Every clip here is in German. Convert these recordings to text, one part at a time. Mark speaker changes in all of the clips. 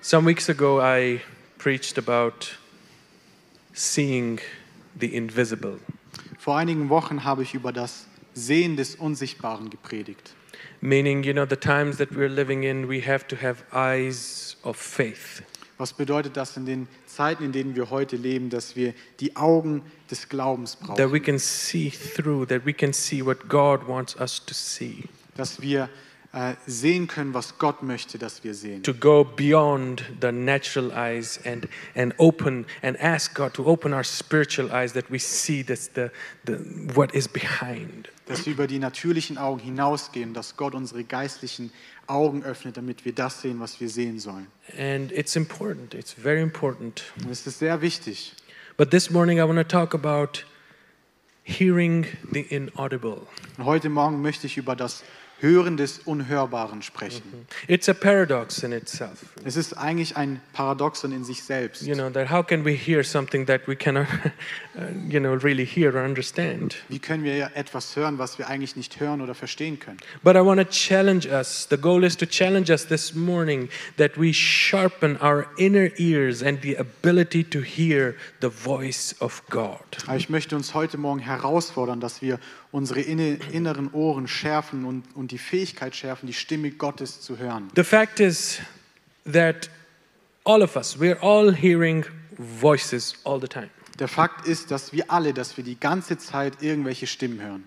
Speaker 1: Some weeks ago, I preached about seeing the invisible.
Speaker 2: Vor einigen Wochen habe ich über das Sehen des Unsichtbaren gepredigt.
Speaker 1: Meaning, you know, the times that we're living in, we have to have eyes of faith.
Speaker 2: Was bedeutet das in den Zeiten, in denen wir heute leben, dass wir die Augen des Glaubens
Speaker 1: That
Speaker 2: brauchen,
Speaker 1: we can see through, that we can see what God wants us to see,
Speaker 2: dass wir äh, sehen können, was Gott möchte, dass wir sehen,
Speaker 1: to go beyond the natural eyes and, and open and ask God to open our spiritual eyes that we see this, the, the, what is behind.
Speaker 2: dass wir über die natürlichen Augen hinausgehen, dass Gott unsere geistlichen Augen öffnet, damit wir das sehen, was wir sehen sollen.
Speaker 1: And it's important, it's very important.
Speaker 2: Und es ist sehr wichtig.
Speaker 1: But this morning I want to talk about hearing the inaudible.
Speaker 2: Und heute Morgen möchte ich über das Hören des Unhörbaren sprechen.
Speaker 1: It's a paradox in itself.
Speaker 2: Es ist eigentlich ein Paradoxon in sich selbst.
Speaker 1: You know, that how can we hear something that we cannot, uh, you know, really hear or understand?
Speaker 2: Wie können wir etwas hören, was wir eigentlich nicht hören oder verstehen können?
Speaker 1: But I want to challenge us. The goal is to challenge us this morning that we sharpen our inner ears and the ability to hear the voice of God.
Speaker 2: Aber ich möchte uns heute Morgen herausfordern, dass wir unsere inne, inneren Ohren schärfen und, und die Fähigkeit schärfen, die Stimme Gottes zu hören.
Speaker 1: The fact is that all of us, we're all hearing voices all the time.
Speaker 2: Der Fakt ist, dass wir alle, dass wir die ganze Zeit irgendwelche Stimmen hören.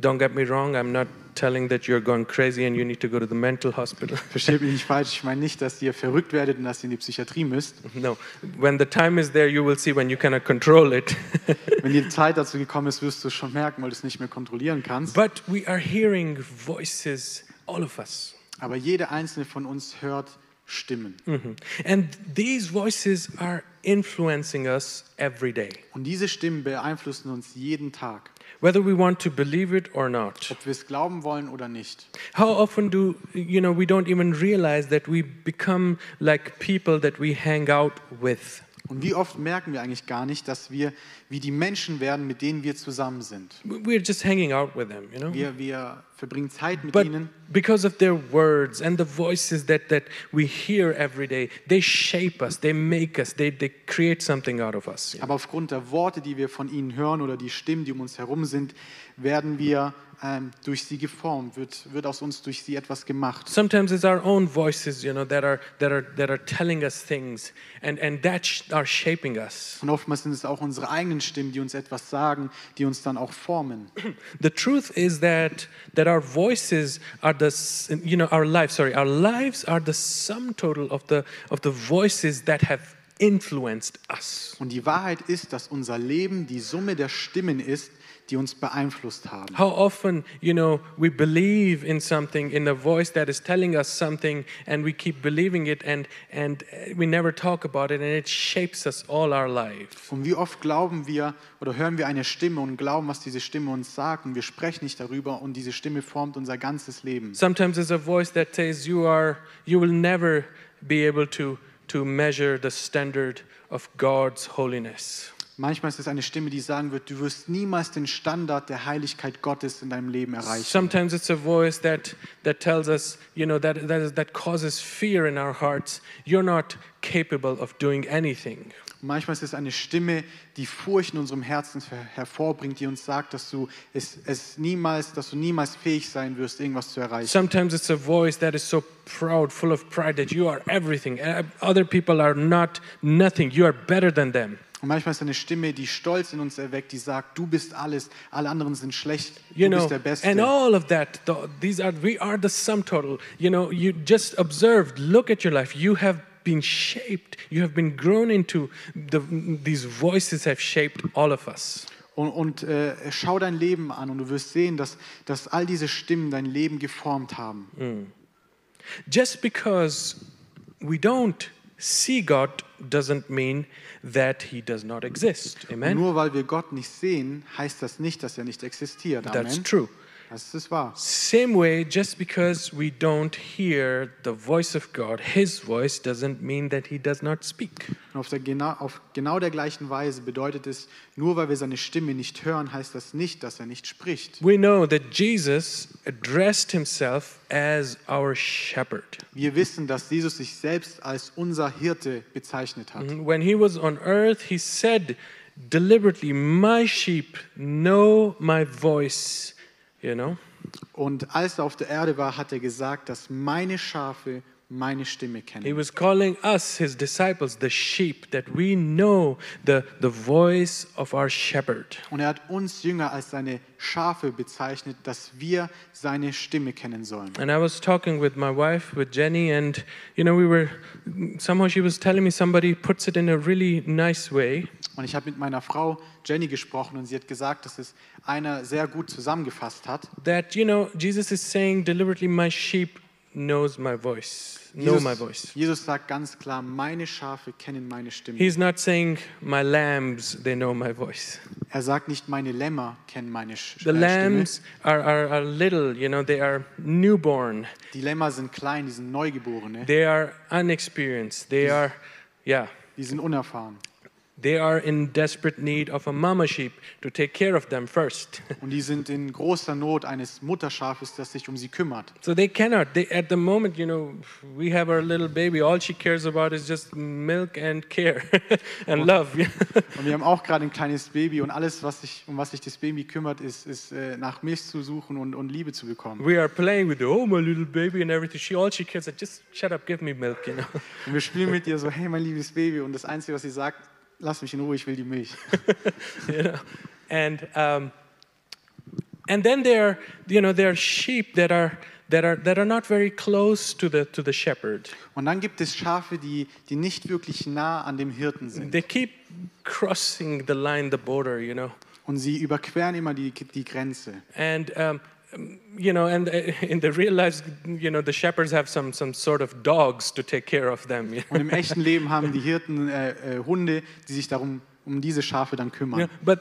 Speaker 1: Don't get me wrong, I'm not telling that you're going crazy and you need to go to the mental hospital.
Speaker 2: Versteht mich nicht falsch, ich meine nicht, dass ihr verrückt werdet und dass ihr in die Psychiatrie müsst.
Speaker 1: No, when the time is there, you will see when you cannot control it.
Speaker 2: Wenn die Zeit dazu gekommen ist, wirst du es schon merken, weil du es nicht mehr kontrollieren kannst.
Speaker 1: but we are hearing voices, all of us.
Speaker 2: Aber jeder einzelne von uns hört Stimmen.
Speaker 1: Mhm. And these voices are influencing us every day,
Speaker 2: Und diese Stimmen beeinflussen uns jeden Tag,
Speaker 1: whether we want to believe it or not.
Speaker 2: ob wir es glauben wollen oder nicht.
Speaker 1: How often do, you know, we don't even realize that we become like people that we hang out with.
Speaker 2: Und wie oft merken wir eigentlich gar nicht, dass wir wie die Menschen werden, mit denen wir zusammen sind.
Speaker 1: We're just hanging out with them, you know?
Speaker 2: Wir, wir verbringen Zeit mit
Speaker 1: But
Speaker 2: ihnen,
Speaker 1: because of their words and the voices that, that we hear every day, they shape us, they make us, they, they create something out of us.
Speaker 2: aber aufgrund der Worte, die wir von ihnen hören oder die Stimmen, die um uns herum sind, werden wir ähm, durch sie geformt, wird, wird aus uns durch sie etwas gemacht.
Speaker 1: Sometimes it's our own voices, you know, that are, that are, that are telling us things and, and that sh- are shaping us.
Speaker 2: Und oftmals sind es auch unsere eigenen Stimmen, die uns etwas sagen, die uns dann auch formen.
Speaker 1: The truth is that, that our voices are the, s- you know, our lives, sorry, our lives are the sum total of the, of the voices that have influenced us.
Speaker 2: Und die Wahrheit ist, dass unser Leben die Summe der Stimmen ist, die uns beeinflusst haben.
Speaker 1: How often, you know, we believe in something, in a voice that is telling us something, and we keep believing it, and and uh, we never talk about it, and it shapes us all our life.
Speaker 2: Und wie oft glauben wir oder hören wir eine Stimme und glauben, was diese Stimme uns sagt und wir sprechen nicht darüber und diese Stimme formt unser ganzes Leben.
Speaker 1: Sometimes it's a voice that says you are, you will never be able to to measure the standard of God's holiness.
Speaker 2: Manchmal ist es eine Stimme, die sagen wird, du wirst niemals den Standard der Heiligkeit Gottes in deinem Leben erreichen.
Speaker 1: Sometimes it's a voice that that tells us, you know, that that, is, that causes fear in our hearts. You're not capable of doing anything.
Speaker 2: Manchmal ist es eine Stimme, die Furcht in unserem Herzen her- hervorbringt, die uns sagt, dass du es, es niemals, dass du niemals fähig sein wirst, irgendwas zu erreichen.
Speaker 1: Sometimes it's a voice that is so proud, full of pride, that you are everything. Eh, Other people are not nothing. You are better than them.
Speaker 2: Und manchmal ist eine Stimme, die Stolz in uns erweckt, die sagt, du bist alles, alle anderen sind schlecht, du
Speaker 1: You know,
Speaker 2: bist der Beste.
Speaker 1: and all of that. th- These are we are the sum total. You know, you just observed. Look at your life. You have been shaped. You have been grown into the. These voices have shaped all of us.
Speaker 2: Und, und äh, schau dein Leben an und du wirst sehen, dass, dass all diese Stimmen dein Leben geformt haben.
Speaker 1: Mhm. Just because we don't see God doesn't mean that He does not exist. Amen.
Speaker 2: Nur weil wir Gott nicht sehen, heißt das nicht, dass er nicht existiert.
Speaker 1: That's
Speaker 2: Amen.
Speaker 1: true.
Speaker 2: Das ist wahr.
Speaker 1: Same way, just because we don't hear the voice of God, His voice, doesn't mean that He does not speak.
Speaker 2: Und auf, der, genau, auf genau der gleichen Weise bedeutet es, nur weil wir seine Stimme nicht hören, heißt das nicht, dass er nicht spricht.
Speaker 1: We know that Jesus addressed Himself as our shepherd.
Speaker 2: Wir wissen, dass Jesus sich selbst als unser Hirte bezeichnet hat.
Speaker 1: When He was on earth, He said deliberately, My sheep know my voice, you know?
Speaker 2: Und als er auf der Erde war, hat er gesagt, dass meine Schafe meine Stimme
Speaker 1: He
Speaker 2: kennen.
Speaker 1: was calling us, his disciples, the sheep, that we know the, the voice of our shepherd.
Speaker 2: Und er hat uns Jünger als seine Schafe bezeichnet, dass wir seine Stimme kennen sollen.
Speaker 1: And I was talking with my wife, with Jenny, and you know, we were somehow she was telling me somebody puts it in a really nice way.
Speaker 2: Und ich habe mit meiner Frau Jenny gesprochen und sie hat gesagt, dass es einer sehr gut zusammengefasst hat.
Speaker 1: That you know, Jesus is saying deliberately, my sheep knows my voice, know my voice.
Speaker 2: Jesus sagt ganz klar, meine Schafe kennen meine Stimme.
Speaker 1: He's not saying my lambs, they know my voice.
Speaker 2: er sagt nicht, meine Lämmer kennen meine
Speaker 1: The
Speaker 2: Sch äh, Stimme.
Speaker 1: lambs are, are, are little, you know, they are newborn.
Speaker 2: Die Lämmer sind klein, die sind Neugeborene,
Speaker 1: They are unexperienced. They are, yeah,
Speaker 2: die sind unerfahren.
Speaker 1: they are in desperate need of a mama sheep to take care of them first.
Speaker 2: Und die sind in großer Not eines Mutterschafes, das sich um sie kümmert.
Speaker 1: so they cannot. They, at the moment, you know, we have our little baby. All she cares about is just milk and care and love.
Speaker 2: Und wir haben auch gerade ein kleines Baby und alles, was sich, um was sich das Baby kümmert, ist, ist äh, nach Milch zu suchen und, und Liebe zu bekommen.
Speaker 1: we are playing with oh my little baby and everything. She all she cares is just shut up, give me milk. You know.
Speaker 2: Und wir spielen mit ihr so, hey, mein liebes Baby. Und das Einzige, was sie sagt, lass mich in Ruhe, ich will die Milch.
Speaker 1: you know and um, and then there are you know there are sheep that are that are that are not very close to the to the shepherd
Speaker 2: Und dann gibt es Schafe, die, die nicht wirklich nah an dem Hirten sind.
Speaker 1: they keep crossing the line the border you know
Speaker 2: Und sie überqueren immer die, die Grenze.
Speaker 1: and um, you know and uh, in the real life you know the shepherds have some some sort of dogs to take care of them you know?
Speaker 2: Und im echten Leben haben die Hirten äh, äh, Hunde, die sich darum um diese Schafe dann
Speaker 1: You know,
Speaker 2: kümmern.
Speaker 1: but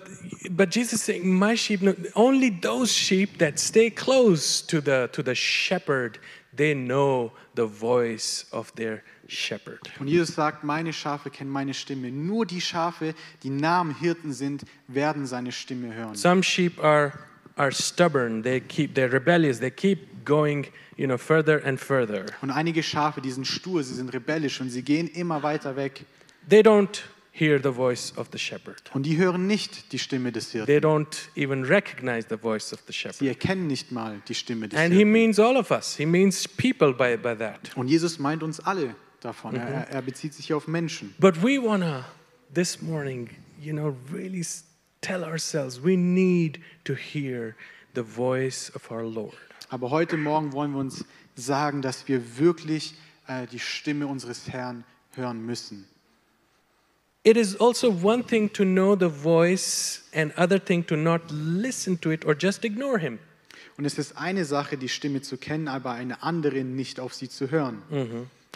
Speaker 1: but Jesus saying, "My sheep, know, only those sheep that stay close to the to the shepherd, they know the voice of their shepherd."
Speaker 2: Und Jesus sagt, meine Schafe kennen meine Stimme. Nur die Schafe, die nah am Hirten sind, werden seine Stimme hören.
Speaker 1: Some sheep are are stubborn. They keep they're rebellious. They keep going, you know, further and further.
Speaker 2: Und einige Schafe, die sind stur, sie sind rebellisch und sie gehen immer weiter weg.
Speaker 1: They don't hear the voice of the shepherd.
Speaker 2: Und die hören nicht die Stimme des Hirten.
Speaker 1: They don't even recognize the voice of the
Speaker 2: Sie
Speaker 1: shepherd.
Speaker 2: erkennen nicht mal die Stimme des
Speaker 1: And he
Speaker 2: Hirten.
Speaker 1: means all of us. He means people by by that.
Speaker 2: Und Jesus meint uns alle davon. Er- Er, er bezieht sich hier auf Menschen.
Speaker 1: But we want to, this morning, you know, really s- tell ourselves we need to hear the voice of our Lord.
Speaker 2: Aber heute Morgen wollen wir uns sagen, dass wir wirklich äh, die Stimme unseres Herrn hören müssen.
Speaker 1: It is also one thing to know the voice, and other thing to not listen to it or just ignore him.
Speaker 2: Und es ist eine Sache, die Stimme zu kennen, aber eine andere nicht auf sie zu hören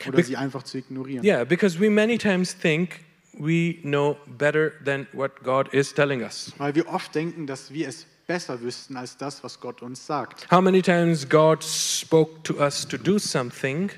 Speaker 2: oder sie einfach zu ignorieren.
Speaker 1: Yeah, because we many times think we know better than what God is telling us.
Speaker 2: Weil wir oft denken, dass wir es besser wüssten als das, was Gott uns sagt.
Speaker 1: How many times God spoke to us to do something,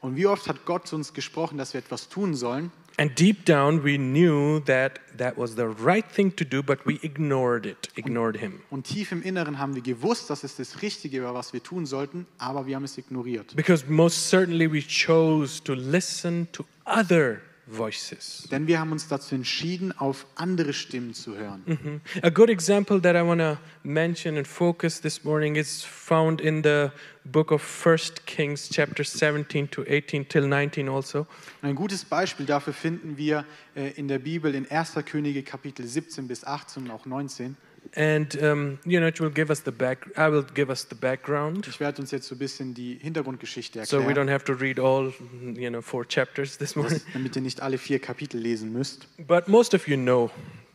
Speaker 2: Und wie oft hat Gott zu uns gesprochen, dass wir etwas tun sollen,
Speaker 1: and deep down we knew that that was the right thing to do, but we ignored it, ignored him.
Speaker 2: Und tief im Inneren haben wir gewusst, dass es das Richtige war, was wir tun sollten, aber wir haben es ignoriert.
Speaker 1: Because most certainly we chose to listen to other voices.
Speaker 2: Denn wir haben uns dazu entschieden, auf andere Stimmen zu hören.
Speaker 1: Mhm. A good example that I want to mention and focus this morning is found in the book of 1 Kings, chapter 17 to 18 till 19 also.
Speaker 2: Und ein gutes Beispiel dafür finden wir äh, in der Bibel in 1. Könige Kapitel 17 bis 18 und auch 19.
Speaker 1: And, um, you know, it will give us the back, I will give us the background.
Speaker 2: Ich werde uns jetzt so ein bisschen die Hintergrundgeschichte
Speaker 1: So we
Speaker 2: erklären,
Speaker 1: don't have to read all, you know, four chapters this morning.
Speaker 2: damit ihr nicht alle vier Kapitel lesen müsst.
Speaker 1: But most of you know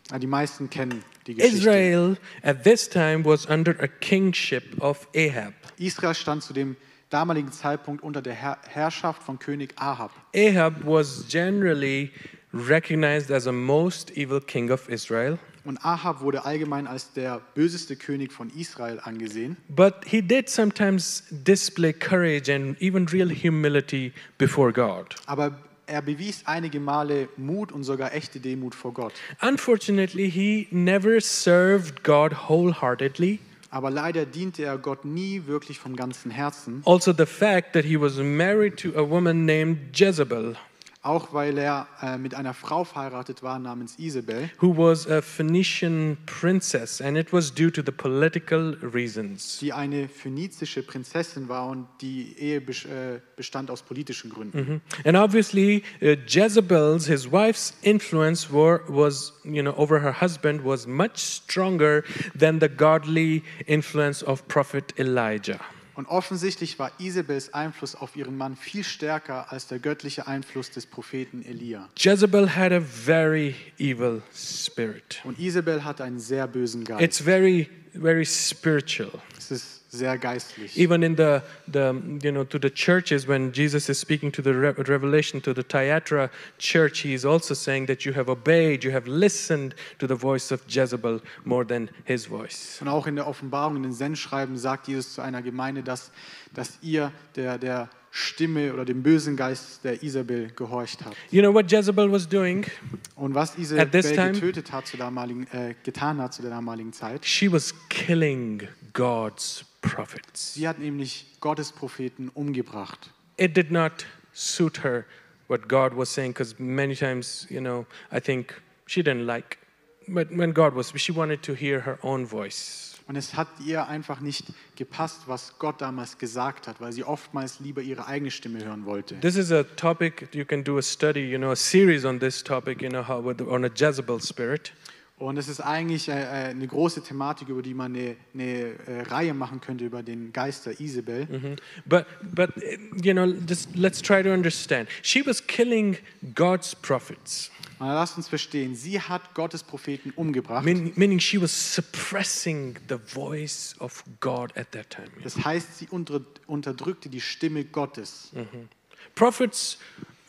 Speaker 2: Aber die meisten kennen die Geschichte.
Speaker 1: Israel at this time was under a kingship of Ahab.
Speaker 2: Israel stand zu dem damaligen Zeitpunkt unter der Herr Herrschaft von König Ahab.
Speaker 1: Ahab was generally recognized as a most evil king of Israel.
Speaker 2: Und Ahab wurde allgemein als der böseste König von Israel angesehen.
Speaker 1: But he did sometimes display courage and even real humility before God.
Speaker 2: Aber er bewies einige Male Mut und sogar echte Demut vor Gott.
Speaker 1: Unfortunately, he never served God wholeheartedly.
Speaker 2: Aber leider diente er Gott nie wirklich vom ganzen Herzen,
Speaker 1: Also, the fact that he was married to a woman named Jezebel,
Speaker 2: auch weil er äh, mit einer Frau verheiratet war namens Isabel.
Speaker 1: who was a Phoenician princess, and it was due to the political reasons.
Speaker 2: die eine phönizische Prinzessin war und die Ehe besch- äh, bestand aus politischen Gründen.
Speaker 1: Hmm. And obviously, uh, Jezebel's, his wife's influence were, was, you know, over her husband was much stronger than the godly influence of Prophet Elijah.
Speaker 2: Und offensichtlich war Isabels Einfluss auf ihren Mann viel stärker als der göttliche Einfluss des Propheten Elia.
Speaker 1: Jezebel had a very evil spirit.
Speaker 2: Und Isabel hatte einen sehr bösen Geist.
Speaker 1: It's very, very spiritual.
Speaker 2: es ist sehr geistlich.
Speaker 1: Even in the, the, you know, to the churches, when Jesus is speaking to the Re- Revelation, to the Thyatira church, he is also saying that you have obeyed, you have listened to the voice of Jezebel more than his voice.
Speaker 2: Und auch in der Offenbarung, in den Sendschreiben sagt Jesus zu einer Gemeinde, dass, dass ihr der, der Stimme oder dem bösen Geist der Isabel gehorcht habt.
Speaker 1: You know what Jezebel was doing?
Speaker 2: Und was Isabel
Speaker 1: At this time-
Speaker 2: getötet hat zu damaligen, äh, getan hat zu der damaligen Zeit,
Speaker 1: She was killing God's prophets.
Speaker 2: Sie hat nämlich Gottes Propheten umgebracht.
Speaker 1: It did not suit her what God was saying because many times, you know, I think she didn't like, but when God was, she wanted to hear her own voice.
Speaker 2: Und es hat ihr einfach nicht gepasst, was Gott damals gesagt hat, weil sie oftmals lieber ihre eigene Stimme hören wollte.
Speaker 1: This is a topic you can do a study, you know, a series on this topic, you know, how with, on a Jezebel spirit.
Speaker 2: Und es ist eigentlich äh, äh, eine große Thematik, über die man eine, eine äh, Reihe machen könnte über den Geist der Isabel.
Speaker 1: Mhm. Mm-hmm. But but eh, you know, just let's try to understand. She was killing God's prophets,
Speaker 2: Und lasst uns verstehen, sie hat Gottes Propheten umgebracht.
Speaker 1: meaning, meaning she was suppressing the voice of God at that time.
Speaker 2: Das heißt, sie unter, unterdrückte die Stimme Gottes.
Speaker 1: Prophets,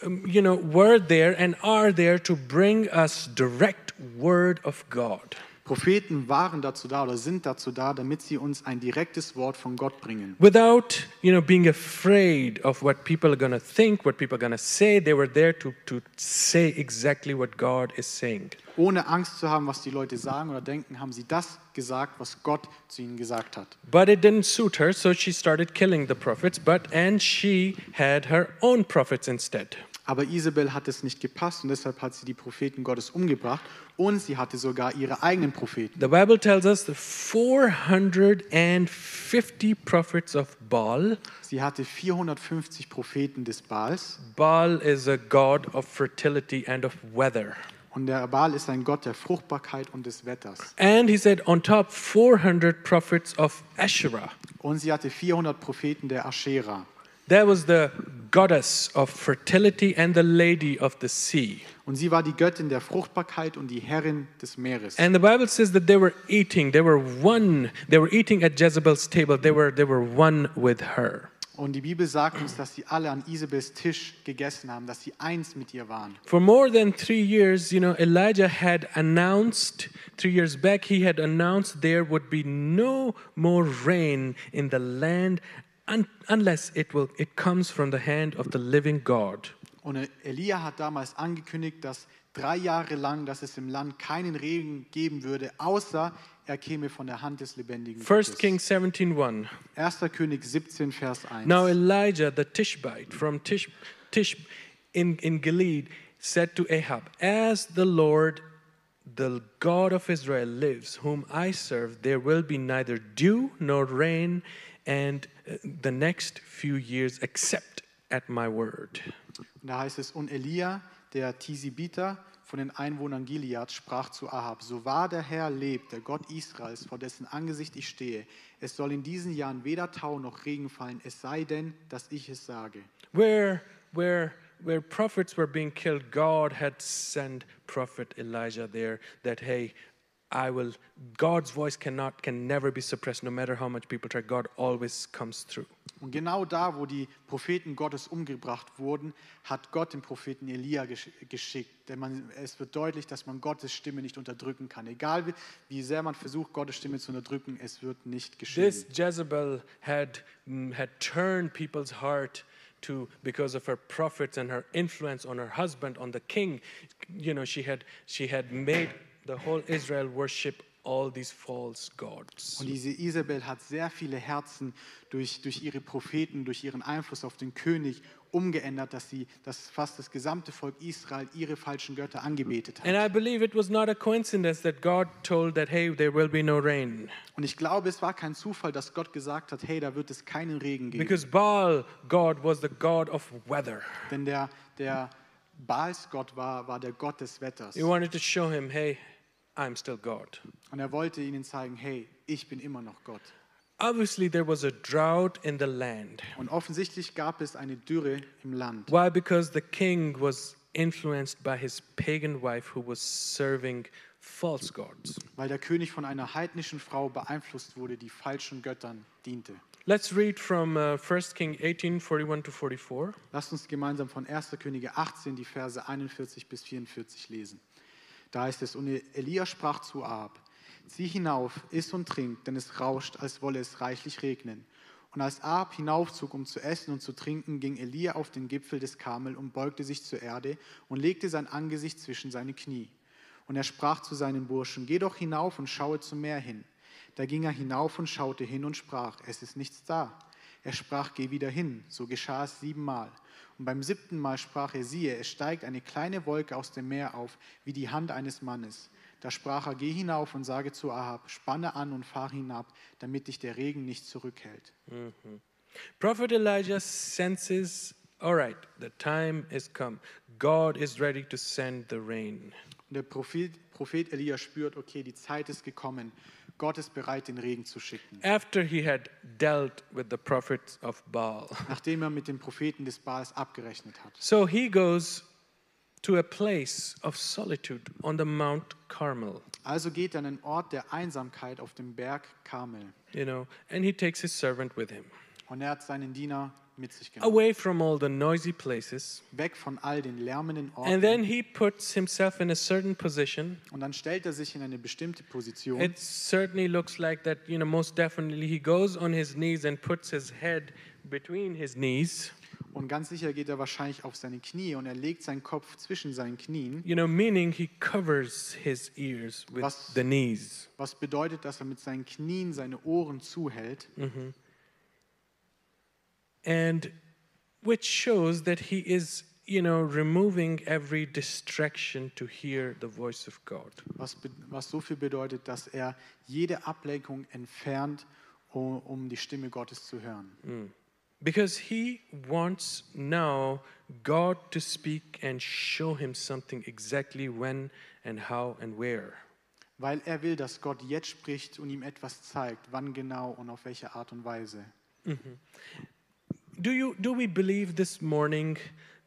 Speaker 1: um, you know, were there and are there to bring us direct word of God.
Speaker 2: Propheten waren dazu da oder sind dazu da, damit sie uns ein direktes Wort von Gott bringen.
Speaker 1: without you know being afraid of what people are going to think what people are going to say they were there to, to say exactly what god is saying
Speaker 2: ohne Angst zu haben, was die Leute sagen oder denken, haben sie das gesagt, was Gott zu ihnen gesagt hat.
Speaker 1: but it didn't suit her so she started killing the prophets but and she had her own prophets instead
Speaker 2: Aber Isabel hat es nicht gepasst und deshalb hat sie die Propheten Gottes umgebracht und sie hatte sogar ihre eigenen Propheten.
Speaker 1: the bible tells us the 450 prophets of baal
Speaker 2: Sie hatte 450 Propheten des Baals
Speaker 1: baal is a god of fertility and of weather
Speaker 2: und der Baal ist ein Gott der Fruchtbarkeit und des Wetters.
Speaker 1: and he said on top 400 prophets of asherah
Speaker 2: Und sie hatte 400 Propheten der Aschera.
Speaker 1: There was the goddess of fertility and the lady of the sea.
Speaker 2: Und sie war die Göttin der Fruchtbarkeit und die Herrin des Meeres.
Speaker 1: And the Bible says that they were eating, they were one, they were eating at Jezebel's table, they were, they were one with her.
Speaker 2: Und die Bibel sagt uns, dass sie alle an Isabels Tisch gegessen haben, dass sie eins mit ihr waren.
Speaker 1: For more than three years, you know, Elijah had announced, three years back, he had announced there would be no more rain in the land un- unless it, will, it comes from the hand of the living God.
Speaker 2: Und Elia hat damals angekündigt, dass drei Jahre lang, dass es im Land keinen Regen geben würde, außer er käme von der Hand des lebendigen
Speaker 1: 1
Speaker 2: Gottes.
Speaker 1: Kings 17.1.
Speaker 2: 1. König 17, Vers 1.
Speaker 1: Now Elijah the Tishbite from Tish, Tish in, in Gilead said to Ahab, As the Lord, the God of Israel, lives, whom I serve, there will be neither dew nor rain and uh, the next few years except at my word.
Speaker 2: Und da heißt es, und Elia, der Tisibiter von den Einwohnern Gileads, sprach zu Ahab, so wahr der Herr lebt, der Gott Israels, vor dessen Angesicht ich stehe, es soll in diesen Jahren weder Tau noch Regen fallen, es sei denn, dass ich es sage.
Speaker 1: Where where where prophets were being killed, God had sent prophet Elijah there that hey, I will God's voice cannot can never be suppressed no matter how much people try. God always comes through.
Speaker 2: Und genau da, wo die Propheten Gottes umgebracht wurden, hat Gott den Propheten Elia gesch- geschickt. Denn man, es wird deutlich, dass man Gottes Stimme nicht unterdrücken kann. Egal wie, wie sehr man versucht, Gottes Stimme zu unterdrücken, es wird nicht geschehen.
Speaker 1: This Jezebel had, mm, had turned people's heart to because of her prophets and her influence on her husband, on the king. You know, she had she had made the whole Israel worship all these false gods.
Speaker 2: Und diese Isabel hat sehr viele Herzen durch, durch ihre Propheten, durch ihren Einfluss auf den König umgeändert, dass sie, dass fast das gesamte Volk Israel ihre falschen Götter angebetet hat.
Speaker 1: And I believe it was not a coincidence that God told that, hey, there will be no rain.
Speaker 2: Und ich glaube, es war kein Zufall, dass Gott gesagt hat, hey, da wird es keinen Regen geben.
Speaker 1: Because Baal, God, was the God of weather.
Speaker 2: Denn der, der Baalsgott war, war der Gott des Wetters.
Speaker 1: He wanted to show him, hey, I'm still God.
Speaker 2: Und er wollte ihnen zeigen, hey, ich bin immer noch Gott.
Speaker 1: Obviously, there was a drought in the land.
Speaker 2: Und offensichtlich gab es eine Dürre im Land.
Speaker 1: Why? Because the king was influenced by his pagan wife who was serving false gods.
Speaker 2: weil der König von einer heidnischen Frau beeinflusst wurde, die falschen Göttern diente.
Speaker 1: Let's read from uh, 1 King 18 41 to 44.
Speaker 2: Lasst uns gemeinsam von 1. Könige 18 die Verse 41 bis 44 lesen. Da heißt es, und Elia sprach zu Ahab, zieh hinauf, iss und trink, denn es rauscht, als wolle es reichlich regnen. Und als Ahab hinaufzog, um zu essen und zu trinken, ging Elia auf den Gipfel des Karmel und beugte sich zur Erde und legte sein Angesicht zwischen seine Knie. Und er sprach zu seinen Burschen, geh doch hinauf und schaue zum Meer hin. Da ging er hinauf und schaute hin und sprach, es ist nichts da. Er sprach, geh wieder hin. So geschah es siebenmal. Und beim siebten Mal sprach er, siehe, es steigt eine kleine Wolke aus dem Meer auf, wie die Hand eines Mannes. Da sprach er, geh hinauf und sage zu Ahab, spanne an und fahr hinab, damit dich der Regen nicht zurückhält.
Speaker 1: Prophet Elijah senses, all right, the time is come. God is ready to send the rain.
Speaker 2: Und der Prophet, Prophet Elia spürt, okay, die Zeit ist gekommen. Gott ist bereit, den Regen zu schicken.
Speaker 1: After he had dealt with the prophets of Baal.
Speaker 2: Nachdem er mit den Propheten des Baals abgerechnet hat.
Speaker 1: So he goes to a place of solitude on the Mount Carmel,
Speaker 2: Also geht er an einen Ort der Einsamkeit auf dem Berg Karmel.
Speaker 1: you know, and he takes his servant with him.
Speaker 2: Und er hat seinen Diener mit sich genommen.
Speaker 1: away from all the noisy places.
Speaker 2: Weg von all den lärmenden
Speaker 1: And
Speaker 2: Orten.
Speaker 1: then he puts himself in a certain position.
Speaker 2: Und dann stellt er sich in eine bestimmte Position.
Speaker 1: It certainly looks like that, you know, most definitely he goes on his knees and puts his head between his knees,
Speaker 2: Und ganz sicher geht er wahrscheinlich auf seine Knie und er legt seinen Kopf zwischen seinen Knien.
Speaker 1: you know, meaning he covers his ears with
Speaker 2: Was-
Speaker 1: the knees.
Speaker 2: Was bedeutet, dass er mit seinen Knien seine Ohren zuhält.
Speaker 1: Mm. And which shows that he is, you know, removing every distraction to hear the voice of God.
Speaker 2: Was, be- was so viel bedeutet, dass er jede Ablenkung entfernt, um, um die Stimme Gottes zu hören.
Speaker 1: Mm. Because he wants now God to speak and show him something exactly when and how and where.
Speaker 2: Weil er will, dass Gott jetzt spricht und ihm etwas zeigt, wann genau und auf welche Art und Weise.
Speaker 1: Do you do we believe this morning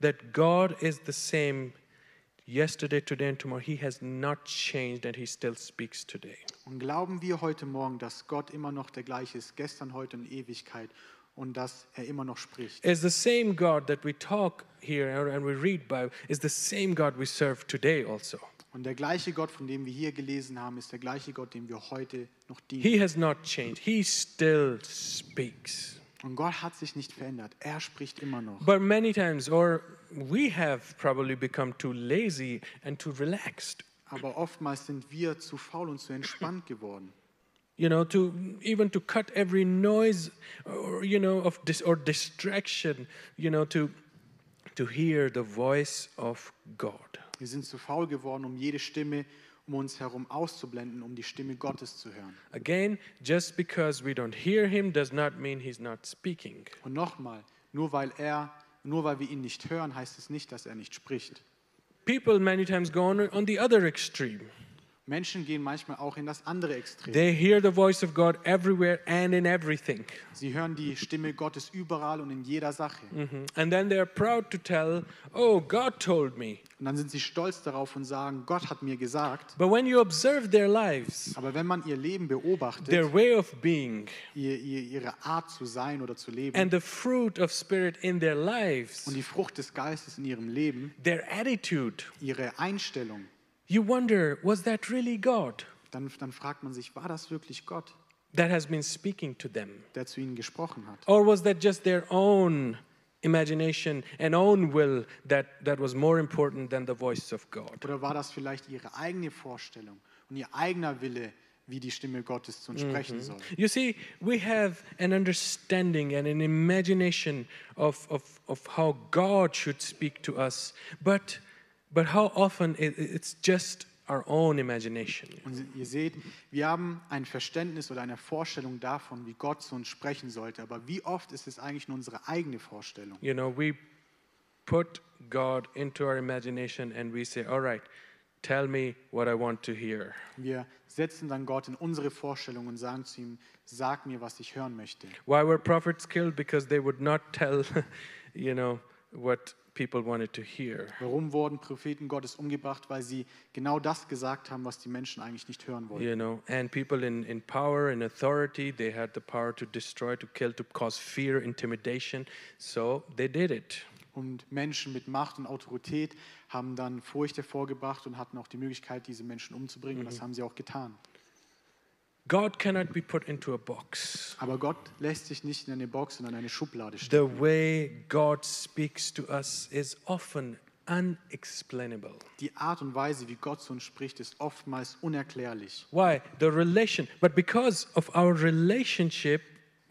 Speaker 1: that God is the same yesterday, today and tomorrow? He has not changed and he still speaks today.
Speaker 2: Und glauben wir heute Morgen, dass Gott immer noch der gleiche ist, gestern, heute und Ewigkeit, und dass er immer noch spricht?
Speaker 1: Is the same God that we talk here and we read by is the same God we serve today also.
Speaker 2: Und der gleiche Gott, von dem wir hier gelesen haben, ist der gleiche Gott, dem wir heute noch dienen.
Speaker 1: He has not changed. He still speaks.
Speaker 2: Und Gott hat sich nicht verändert. Er spricht immer noch.
Speaker 1: But many times, or we have probably become too lazy and too relaxed,
Speaker 2: Aber oftmals sind wir zu faul und zu entspannt geworden.
Speaker 1: you know, to even to cut every noise, or you know, of dis- or distraction, you know, to to hear the voice of God.
Speaker 2: Wir sind zu faul geworden, um jede Stimme um uns herum auszublenden, um die Stimme Gottes zu hören.
Speaker 1: Again, just because we don't hear Him does not mean He's not speaking.
Speaker 2: Und nochmal, nur weil er, nur weil wir ihn nicht hören, heißt es nicht, dass er nicht spricht.
Speaker 1: People many times go on on the other extreme.
Speaker 2: Menschen gehen manchmal auch in das andere Extrem.
Speaker 1: They hear the voice of God everywhere and in everything.
Speaker 2: Sie hören die Stimme Gottes überall und in jeder Sache.
Speaker 1: Mm-hmm. And then they are proud to tell, oh, God told me.
Speaker 2: Und dann sind sie stolz darauf und sagen, Gott hat mir gesagt.
Speaker 1: But when you observe their lives,
Speaker 2: Aber wenn man ihr Leben beobachtet,
Speaker 1: their way of being,
Speaker 2: ihr, ihr, ihre Art zu sein oder zu leben
Speaker 1: and the fruit of Spirit in their
Speaker 2: und
Speaker 1: lives,
Speaker 2: die Frucht des Geistes in ihrem Leben,
Speaker 1: their attitude,
Speaker 2: ihre Einstellung,
Speaker 1: you wonder, was that really God
Speaker 2: dann, dann fragt man sich, war das wirklich Gott,
Speaker 1: that has been speaking to them?
Speaker 2: der zu ihnen gesprochen hat?
Speaker 1: Or was that just their own imagination and own will that, that was more important than the voice of God?
Speaker 2: Oder war das vielleicht ihre eigene Vorstellung und ihr eigener Wille, wie die Stimme Gottes zu uns sprechen soll?
Speaker 1: You see, we have an understanding and an imagination of, of, of how God should speak to us, but, but how often it, it's just our own imagination.
Speaker 2: Und ihr seht, wir haben ein Verständnis oder eine Vorstellung davon, wie Gott zu uns sprechen sollte. Aber wie oft ist es eigentlich nur unsere eigene Vorstellung?
Speaker 1: You know, we put God into our imagination and we say, all right, tell me what I want to hear.
Speaker 2: Wir setzen dann Gott in unsere Vorstellung und sagen zu ihm, sag mir, was ich hören möchte.
Speaker 1: Why were prophets killed? Because they would not tell, you know, what people wanted to hear.
Speaker 2: Warum wurden Propheten Gottes umgebracht? Weil sie genau das gesagt haben, was die Menschen eigentlich nicht hören wollten.
Speaker 1: You know, and people in, in power and authority, they had the power to destroy, to kill, to cause fear, intimidation. So they did it.
Speaker 2: Und Menschen mit Macht und Autorität haben dann Furcht hervorgebracht und hatten auch die Möglichkeit, diese Menschen umzubringen. Und das haben sie auch getan.
Speaker 1: God cannot be put into a box.
Speaker 2: Aber Gott lässt sich nicht in eine Box, sondern in eine Schublade stecken.
Speaker 1: The way God speaks to us is often unexplainable.
Speaker 2: Die Art und Weise, wie Gott zu uns spricht, ist oftmals unerklärlich.
Speaker 1: Why? The relation. But because of our relationship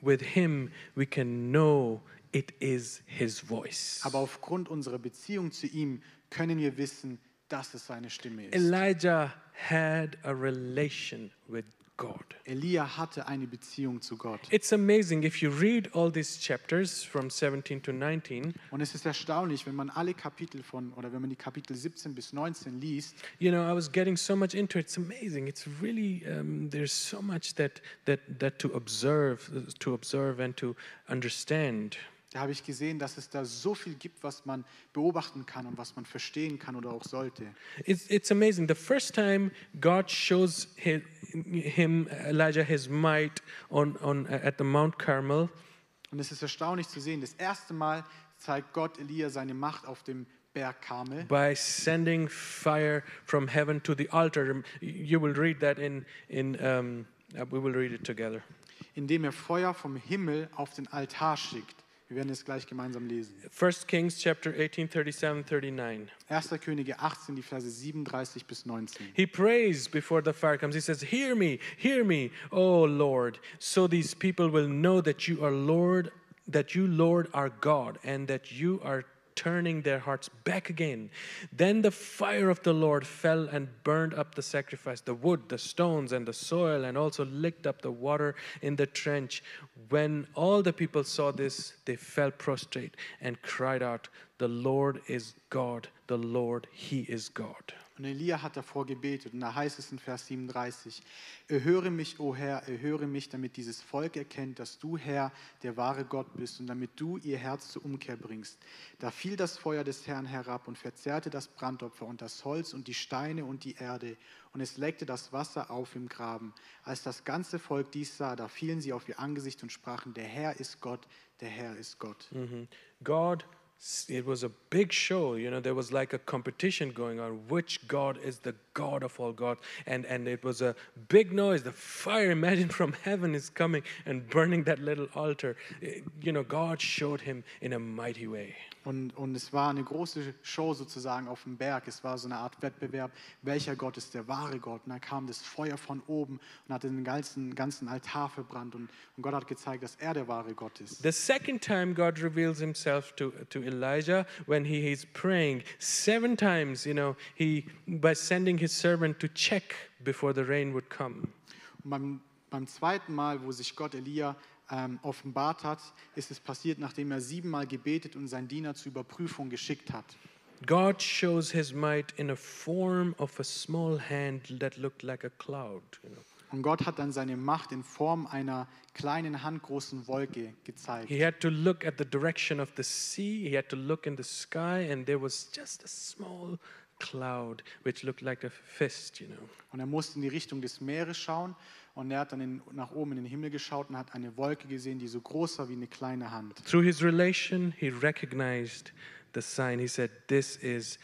Speaker 1: with Him, we can know it is His voice.
Speaker 2: Aber aufgrund unserer Beziehung zu ihm können wir wissen, dass es seine Stimme ist.
Speaker 1: Elijah had a relation with God.
Speaker 2: Elia hatte eine Beziehung zu Gott.
Speaker 1: It's amazing if you read all these chapters from 17 to 19,
Speaker 2: Und es ist erstaunlich, wenn man alle Kapitel von, oder wenn man die Kapitel 17 bis 19 liest,
Speaker 1: you know, I was getting so much into it. It's amazing. It's really um, there's so much that that that to observe, to observe and to understand.
Speaker 2: da habe ich gesehen, dass es da so viel gibt, was man beobachten kann und was man verstehen kann oder auch sollte.
Speaker 1: It's, it's amazing. The first time God shows his, him Elijah his might on, on at the Mount Carmel,
Speaker 2: Und es ist erstaunlich zu sehen, das erste Mal zeigt Gott Elia seine Macht auf dem Berg Karmel.
Speaker 1: by sending fire from heaven to the altar. You will read that in in um, uh, we will read it together.
Speaker 2: indem er Feuer vom Himmel auf den Altar schickt. Wir werden es gleich gemeinsam lesen.
Speaker 1: 1 Kings chapter 18 37 39.
Speaker 2: 1. Könige 18, die Verse 37 bis 19.
Speaker 1: He prays before the fire comes. He says, "Hear me, hear me, O Lord, so these people will know that you are Lord, that you Lord are God, and that you are turning their hearts back again." Then the fire of the Lord fell and burned up the sacrifice, the wood, the stones, and the soil, and also licked up the water in the trench. When all the people saw this, they fell prostrate and cried out, "The Lord is God, the Lord, he is God."
Speaker 2: Und Elia hat davor gebetet und da heißt es in Vers 37, Erhöre mich, o Herr, erhöre mich, damit dieses Volk erkennt, dass du, Herr, der wahre Gott bist und damit du ihr Herz zur Umkehr bringst. Da fiel das Feuer des Herrn herab und verzehrte das Brandopfer und das Holz und die Steine und die Erde und es leckte das Wasser auf im Graben. Als das ganze Volk dies sah, da fielen sie auf ihr Angesicht und sprachen, der Herr ist Gott, der Herr ist Gott.
Speaker 1: Mhm. God, it was a big show. You know, there was like a competition going on. Which God is the God of all God? And and it was a big noise. The fire, imagine from heaven, is coming and burning that little altar. It- you know, God showed him in a mighty way.
Speaker 2: Und, und es war eine große Show sozusagen auf dem Berg. Es war so eine Art Wettbewerb, welcher Gott ist der wahre Gott. Und da kam das Feuer von oben und hat den ganzen, ganzen Altar verbrannt. Und, und Gott hat gezeigt, dass er der wahre Gott ist.
Speaker 1: The second time God reveals himself to, to Elijah when he is praying, seven times, you know, he by sending his servant to check before the rain would come.
Speaker 2: Und beim, beim zweiten Mal, wo sich Gott Elia ähm, offenbart hat, ist es passiert, nachdem er siebenmal gebetet und seinen Diener zur Überprüfung geschickt hat.
Speaker 1: God shows his might in a form of a small hand that looked like a cloud. You know.
Speaker 2: Und Gott hat dann seine Macht in Form einer kleinen, handgroßen Wolke gezeigt.
Speaker 1: He had to look at the direction of the sea, he had to look in the sky, and there was just a small cloud which looked like a fist, you know.
Speaker 2: Und er musste in die Richtung des Meeres schauen und er hat dann in, nach oben in den Himmel geschaut und hat eine Wolke gesehen, die so groß war wie eine kleine Hand.
Speaker 1: Through his relation, he recognized the sign. He said, This is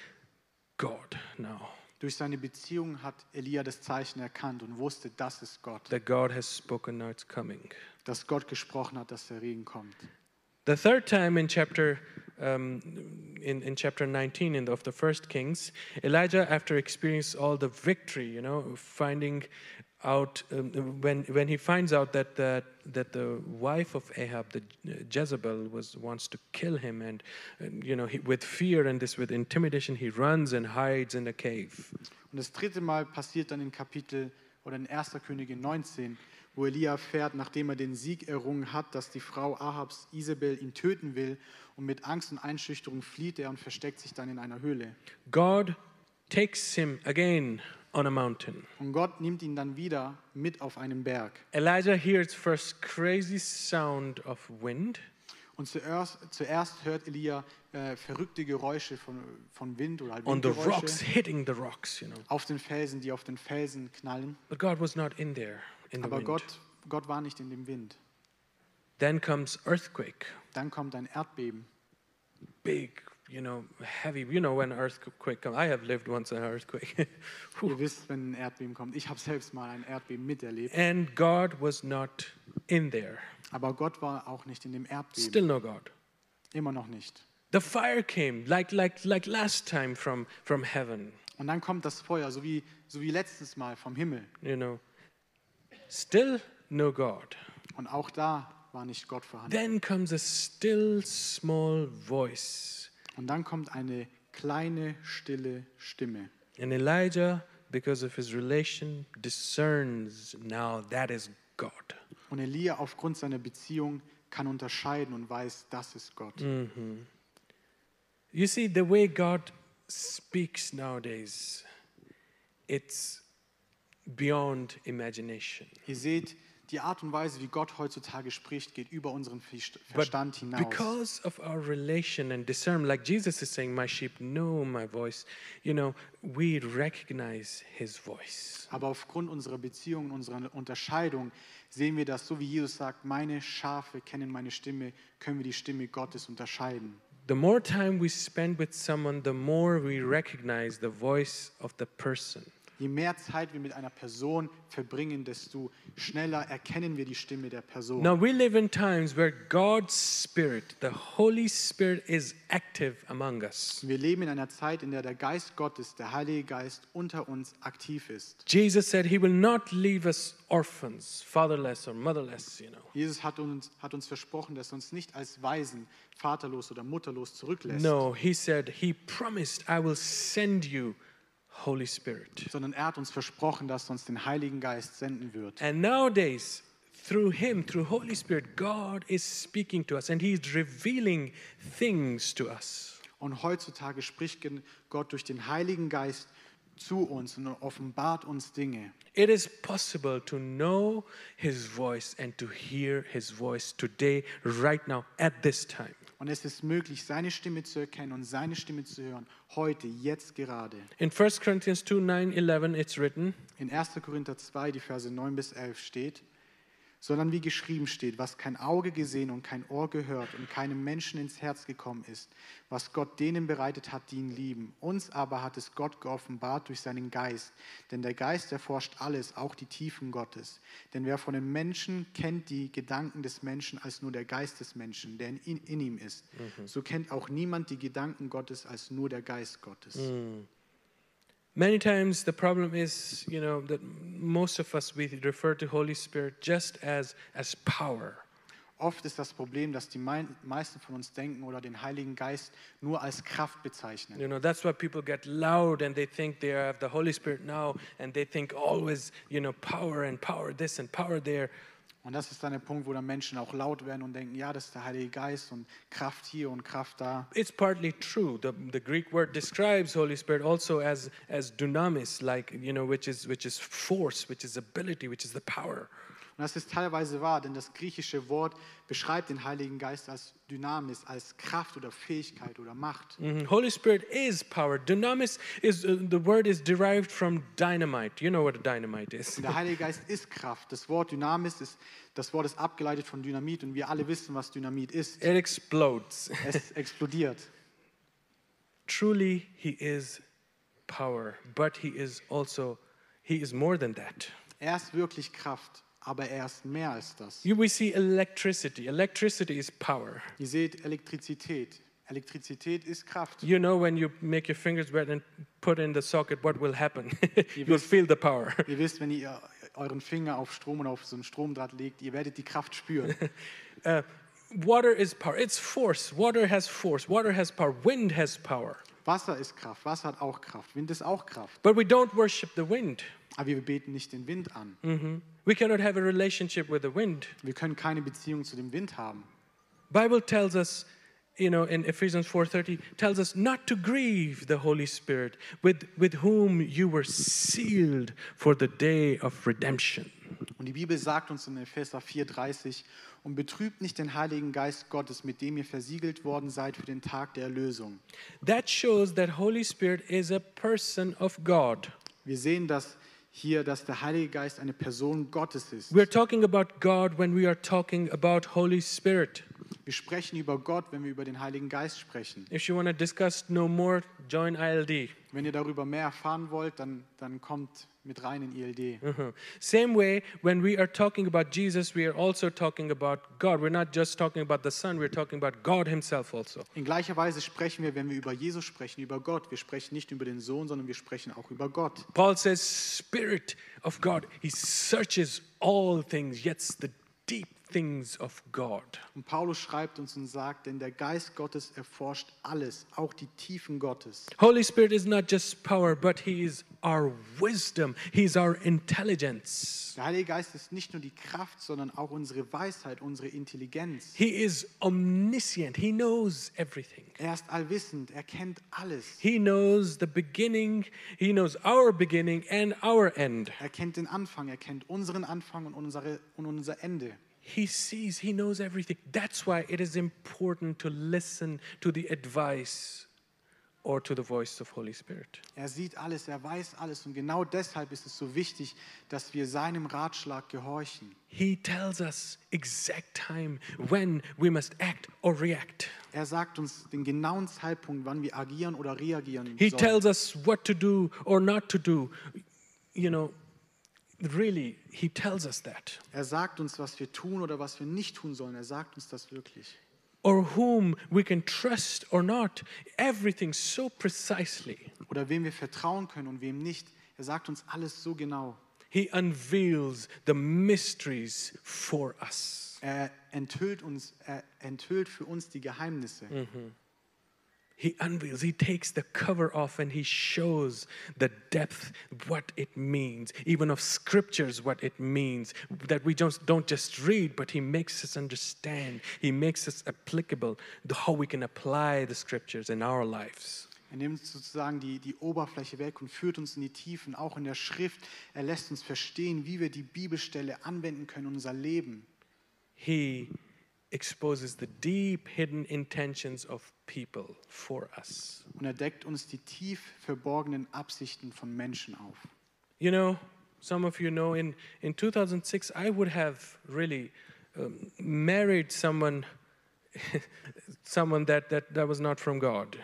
Speaker 1: God now.
Speaker 2: Durch seine Beziehung hat Elia das Zeichen erkannt und wusste, das ist Gott.
Speaker 1: That God has spoken, now it's coming.
Speaker 2: Dass Gott gesprochen hat, dass der Regen kommt.
Speaker 1: The third time in chapter um, in, in chapter 19 in the, of the first Kings, Elijah, after experiencing all the victory, you know, finding out um, when when he finds out that that that the wife of Ahab, the uh, Jezebel, was wants to kill him, and, and you know, he, with fear and this with intimidation, he runs and hides in a cave.
Speaker 2: Und das dritte Mal passiert dann in Kapitel oder in 1. Könige 19, wo Elia erfährt, nachdem er den Sieg errungen hat, dass die Frau Ahabs Isabel ihn töten will und mit Angst und Einschüchterung flieht er und versteckt sich dann in einer Höhle.
Speaker 1: God takes him again on a mountain.
Speaker 2: Und Gott nimmt ihn dann wieder mit auf einen Berg.
Speaker 1: Elijah hears first crazy sound of wind,
Speaker 2: Und zuerst, zuerst hört Elia äh, verrückte Geräusche von, von Wind oder halt
Speaker 1: on the
Speaker 2: Windgeräusche
Speaker 1: rocks hitting the rocks, you know.
Speaker 2: auf den Felsen, die auf den Felsen knallen.
Speaker 1: But God was not in there in the
Speaker 2: Aber
Speaker 1: wind.
Speaker 2: Gott, Gott war nicht in dem Wind.
Speaker 1: Then comes earthquake,
Speaker 2: Dann kommt ein Erdbeben.
Speaker 1: big, you know, heavy. You know when earthquake comes. I have lived once an earthquake,
Speaker 2: Ihr wisst, wenn ein Erdbeben kommt. Ich habe selbst mal ein Erdbeben miterlebt.
Speaker 1: and God was not in there.
Speaker 2: Aber Gott war auch nicht in dem Erdbeben.
Speaker 1: Still no God.
Speaker 2: Immer noch nicht.
Speaker 1: The fire came like like like last time from from heaven.
Speaker 2: Und dann kommt das Feuer, so wie, so wie letztes Mal vom Himmel.
Speaker 1: You know, still no God.
Speaker 2: Und auch da war nicht Gott vorhanden.
Speaker 1: Then comes a still small voice.
Speaker 2: Und dann kommt eine kleine, stille Stimme.
Speaker 1: And Elijah, because of his relation, discerns now that is God.
Speaker 2: Und Elia aufgrund seiner Beziehung kann unterscheiden und weiß, das ist Gott.
Speaker 1: Mm. You see, the way God speaks nowadays, it's beyond imagination.
Speaker 2: Ihr seht, die Art und Weise, wie Gott heutzutage spricht, geht über unseren Verst-
Speaker 1: But
Speaker 2: Verstand hinaus.
Speaker 1: because of our relation and discernment, like Jesus is saying, My sheep know my voice, you know, we recognize his voice.
Speaker 2: Aber aufgrund unserer Beziehung, und unserer Unterscheidung sehen wir das, so wie Jesus sagt, meine Schafe kennen meine Stimme, können wir die Stimme Gottes unterscheiden.
Speaker 1: The more time we spend with someone, the more we recognize the voice of the person.
Speaker 2: Je mehr Zeit wir mit einer Person verbringen, desto schneller erkennen wir die Stimme der Person.
Speaker 1: Now we live in times where God's Spirit, the Holy Spirit, is active among us.
Speaker 2: Wir leben in einer Zeit, in der der Geist Gottes, der Heilige Geist, unter uns aktiv ist.
Speaker 1: Jesus said he will not leave us orphans, fatherless or motherless, you know.
Speaker 2: Jesus hat uns, hat uns versprochen, dass er uns nicht als Waisen, vaterlos oder mutterlos zurücklässt,
Speaker 1: No, he said he promised I will send you Holy Spirit.
Speaker 2: sondern er hat uns versprochen, dass er uns den Heiligen Geist senden wird.
Speaker 1: And nowadays through him, through Holy Spirit, God is speaking to us and he is revealing things to us.
Speaker 2: Und heutzutage spricht gen- Gott durch den Heiligen Geist zu uns und offenbart uns Dinge.
Speaker 1: It is possible to know his voice and to hear his voice today, right now, at this time.
Speaker 2: Und es ist möglich, seine Stimme zu erkennen und seine Stimme zu hören, heute, jetzt gerade.
Speaker 1: In 1 Corinthians 2 9 11, it's written,
Speaker 2: In 1. Korinther 2, die Verse 9 bis 11 steht, sondern wie geschrieben steht, was kein Auge gesehen und kein Ohr gehört und keinem Menschen ins Herz gekommen ist, was Gott denen bereitet hat, die ihn lieben. Uns aber hat es Gott geoffenbart durch seinen Geist, denn der Geist erforscht alles, auch die Tiefen Gottes. Denn wer von den Menschen kennt die Gedanken des Menschen als nur der Geist des Menschen, der in, in ihm ist. So kennt auch niemand die Gedanken Gottes als nur der Geist Gottes.
Speaker 1: Many times the problem is, you know, that most of us we refer to Holy Spirit just as as power.
Speaker 2: Oft ist das Problem, dass die mein- meisten von uns denken oder den Heiligen Geist nur als Kraft bezeichnen.
Speaker 1: You know, that's why people get loud and they think they have the Holy Spirit now and they think always, you know, power and power this and power there.
Speaker 2: Und das ist dann der Punkt, wo dann Menschen auch laut werden und denken, ja, das ist der Heilige Geist und Kraft hier und Kraft da.
Speaker 1: It's partly true. The, the Greek word describes Holy Spirit also as as dunamis, like you know, which is which is force, which is ability, which is the power.
Speaker 2: Und das ist teilweise wahr, denn das griechische Wort beschreibt den Heiligen Geist als Dynamis, als Kraft oder Fähigkeit oder Macht.
Speaker 1: Mhm. Holy Spirit is power. Dunamis is uh, the word is derived from dynamite. You know what a dynamite is.
Speaker 2: Der Heilige Geist ist Kraft. Das Wort Dynamis ist, das Wort ist abgeleitet von Dynamit und wir alle wissen, was Dynamit ist.
Speaker 1: It explodes.
Speaker 2: Es explodiert.
Speaker 1: Truly, he is power, but he is also he is more than that.
Speaker 2: Er ist wirklich Kraft, aber er ist mehr als das.
Speaker 1: You- We see electricity. Electricity is power.
Speaker 2: Ihr seht Elektrizität. Elektrizität ist Kraft.
Speaker 1: You know when you make your fingers wet and put in the socket, what will happen? You'll feel the power.
Speaker 2: Ihr wisst, wenn ihr euren Finger auf Strom und auf so einen Stromdraht legt, ihr werdet die Kraft spüren.
Speaker 1: Uh, water is power. It's force. Water has force. Water has power. Wind has power.
Speaker 2: Wasser ist Kraft. Wasser hat auch Kraft. Wind ist auch Kraft.
Speaker 1: But we don't worship the wind.
Speaker 2: Aber wir beten nicht den Wind an.
Speaker 1: We cannot have a relationship with the wind.
Speaker 2: Wir können keine Beziehung zu dem Wind haben.
Speaker 1: Bible tells us, you know, in Ephesians 4:30 tells us not to grieve the Holy Spirit with with whom you were sealed for the day of redemption.
Speaker 2: Und die Bibel sagt uns in Epheser 4,30: Und betrübt nicht den Heiligen Geist Gottes, mit dem ihr versiegelt worden seid für den Tag der Erlösung.
Speaker 1: That shows that Holy Spirit is a person of God.
Speaker 2: Wir sehen das hier, dass der Heilige Geist eine Person Gottes ist.
Speaker 1: We're talking about God when we are talking about Holy Spirit.
Speaker 2: Wir sprechen über Gott, wenn wir über den Heiligen Geist sprechen.
Speaker 1: If you want to discuss no more, join ILD.
Speaker 2: Wenn ihr darüber mehr erfahren wollt, dann, dann kommt mit rein in ILD.
Speaker 1: Mhm. Same way, when we are talking about Jesus, we are also talking about God. We're not just talking about the Son, we're talking about God Himself also.
Speaker 2: In gleicher Weise sprechen wir, wenn wir über Jesus sprechen, über Gott. Wir sprechen nicht über den Sohn, sondern wir sprechen auch über Gott.
Speaker 1: Paul says, Spirit of God, He searches all things, yet the deep things of God.
Speaker 2: Und Paulus schreibt uns und sagt, denn der Geist Gottes erforscht alles, auch die Tiefen Gottes.
Speaker 1: Holy Spirit is not just power, but He is our wisdom, He's our intelligence.
Speaker 2: Der Heilige Geist ist nicht nur die Kraft, sondern auch unsere Weisheit, unsere Intelligenz.
Speaker 1: He is omniscient, He knows everything.
Speaker 2: Er ist allwissend, er kennt alles.
Speaker 1: He knows the beginning, He knows our beginning and our end.
Speaker 2: Er kennt den Anfang, er kennt unseren Anfang und, unsere, und unser Ende.
Speaker 1: He sees, he knows everything. That's why it is important to listen to the advice or to the voice of Holy Spirit.
Speaker 2: Er sieht alles, er weiß alles und genau deshalb ist es so wichtig, dass wir seinem Ratschlag gehorchen.
Speaker 1: He tells us exact time when we must act or react.
Speaker 2: Er sagt uns den genauen Zeitpunkt, wann wir agieren oder reagieren
Speaker 1: He
Speaker 2: sollen.
Speaker 1: tells us what to do or not to do. You know, really, he tells us that.
Speaker 2: Er sagt uns, was wir tun oder was wir nicht tun sollen. Er sagt uns das wirklich.
Speaker 1: Or whom we can trust or not. Everything so precisely.
Speaker 2: Oder wem wir vertrauen können und wem nicht. Er sagt uns alles so genau.
Speaker 1: He unveils the mysteries for us.
Speaker 2: Er enthüllt, uns, er enthüllt für uns die Geheimnisse.
Speaker 1: Mhm. He unveils, he takes the cover off and he shows the depth, what it means, even of scriptures, what it means, that we just don't just read, but he makes us understand. He makes us applicable, the, how we can apply the scriptures in our lives.
Speaker 2: Er nimmt sozusagen die, die Oberfläche weg und führt uns in die Tiefen, auch in der Schrift. Er lässt uns verstehen, wie wir die Bibelstelle anwenden können in unser Leben.
Speaker 1: He exposes the deep hidden intentions of people for us.
Speaker 2: Und er deckt uns die tief verborgenen Absichten von Menschen auf.
Speaker 1: You know, some of you know, in, in 2006, I would have really um, married someone, someone that, that, that was not from God.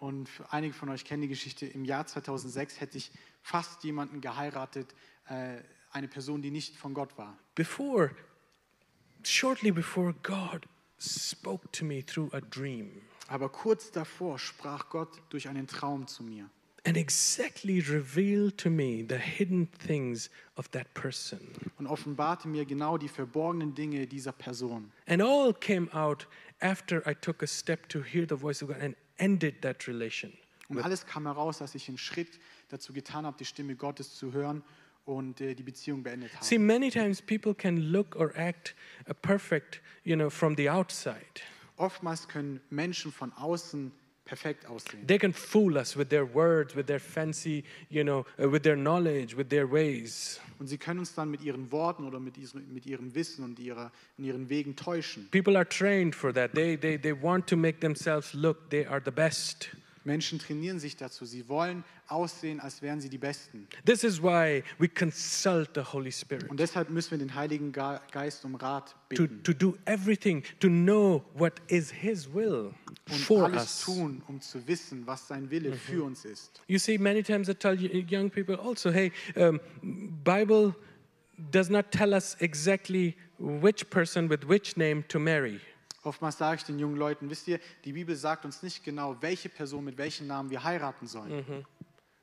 Speaker 2: Und für einige von euch kennen die Geschichte, im Jahr 2006 hätte ich fast jemanden geheiratet, äh, eine Person, die nicht von Gott war.
Speaker 1: Before, shortly before, God spoke to me through a dream
Speaker 2: Aber kurz davor sprach Gott durch einen Traum zu mir
Speaker 1: and exactly revealed to me the hidden things of that person.
Speaker 2: und offenbarte mir genau die verborgenen Dinge dieser Person.
Speaker 1: And all came out after I took a step to hear the voice of God and ended that relation.
Speaker 2: Und alles kam heraus, als ich einen Schritt dazu getan habe, die Stimme Gottes zu hören und äh, die Beziehung beendet haben.
Speaker 1: See, many times people can look or act uh, perfect, you know, from the outside.
Speaker 2: Oftmals können Menschen von außen perfekt aussehen.
Speaker 1: They can fool us with their words, with their fancy, you know, uh, with their knowledge, with their ways.
Speaker 2: Und sie können uns dann mit ihren Worten oder mit ihrem, mit ihrem Wissen und, ihrer, und ihren Wegen täuschen.
Speaker 1: People are trained for that. They, they, they want to make themselves look they are the best.
Speaker 2: Menschen trainieren sich dazu. Sie wollen aussehen, als wären sie die Besten.
Speaker 1: This is why we consult the Holy Spirit
Speaker 2: Und deshalb müssen wir den Heiligen Ga- Geist um Rat
Speaker 1: to,
Speaker 2: bitten
Speaker 1: to do everything, to know what is His will
Speaker 2: und
Speaker 1: for
Speaker 2: alles
Speaker 1: us. Mhm.
Speaker 2: tun, um zu wissen, was sein Wille für uns ist.
Speaker 1: You see, many times I tell y- young people also, hey, um, Bible does not tell us exactly which person with which name to marry.
Speaker 2: Oftmals sage ich den jungen Leuten, wisst ihr, die Bibel sagt uns nicht genau, welche Person mit welchem Namen wir heiraten sollen.
Speaker 1: Mhm.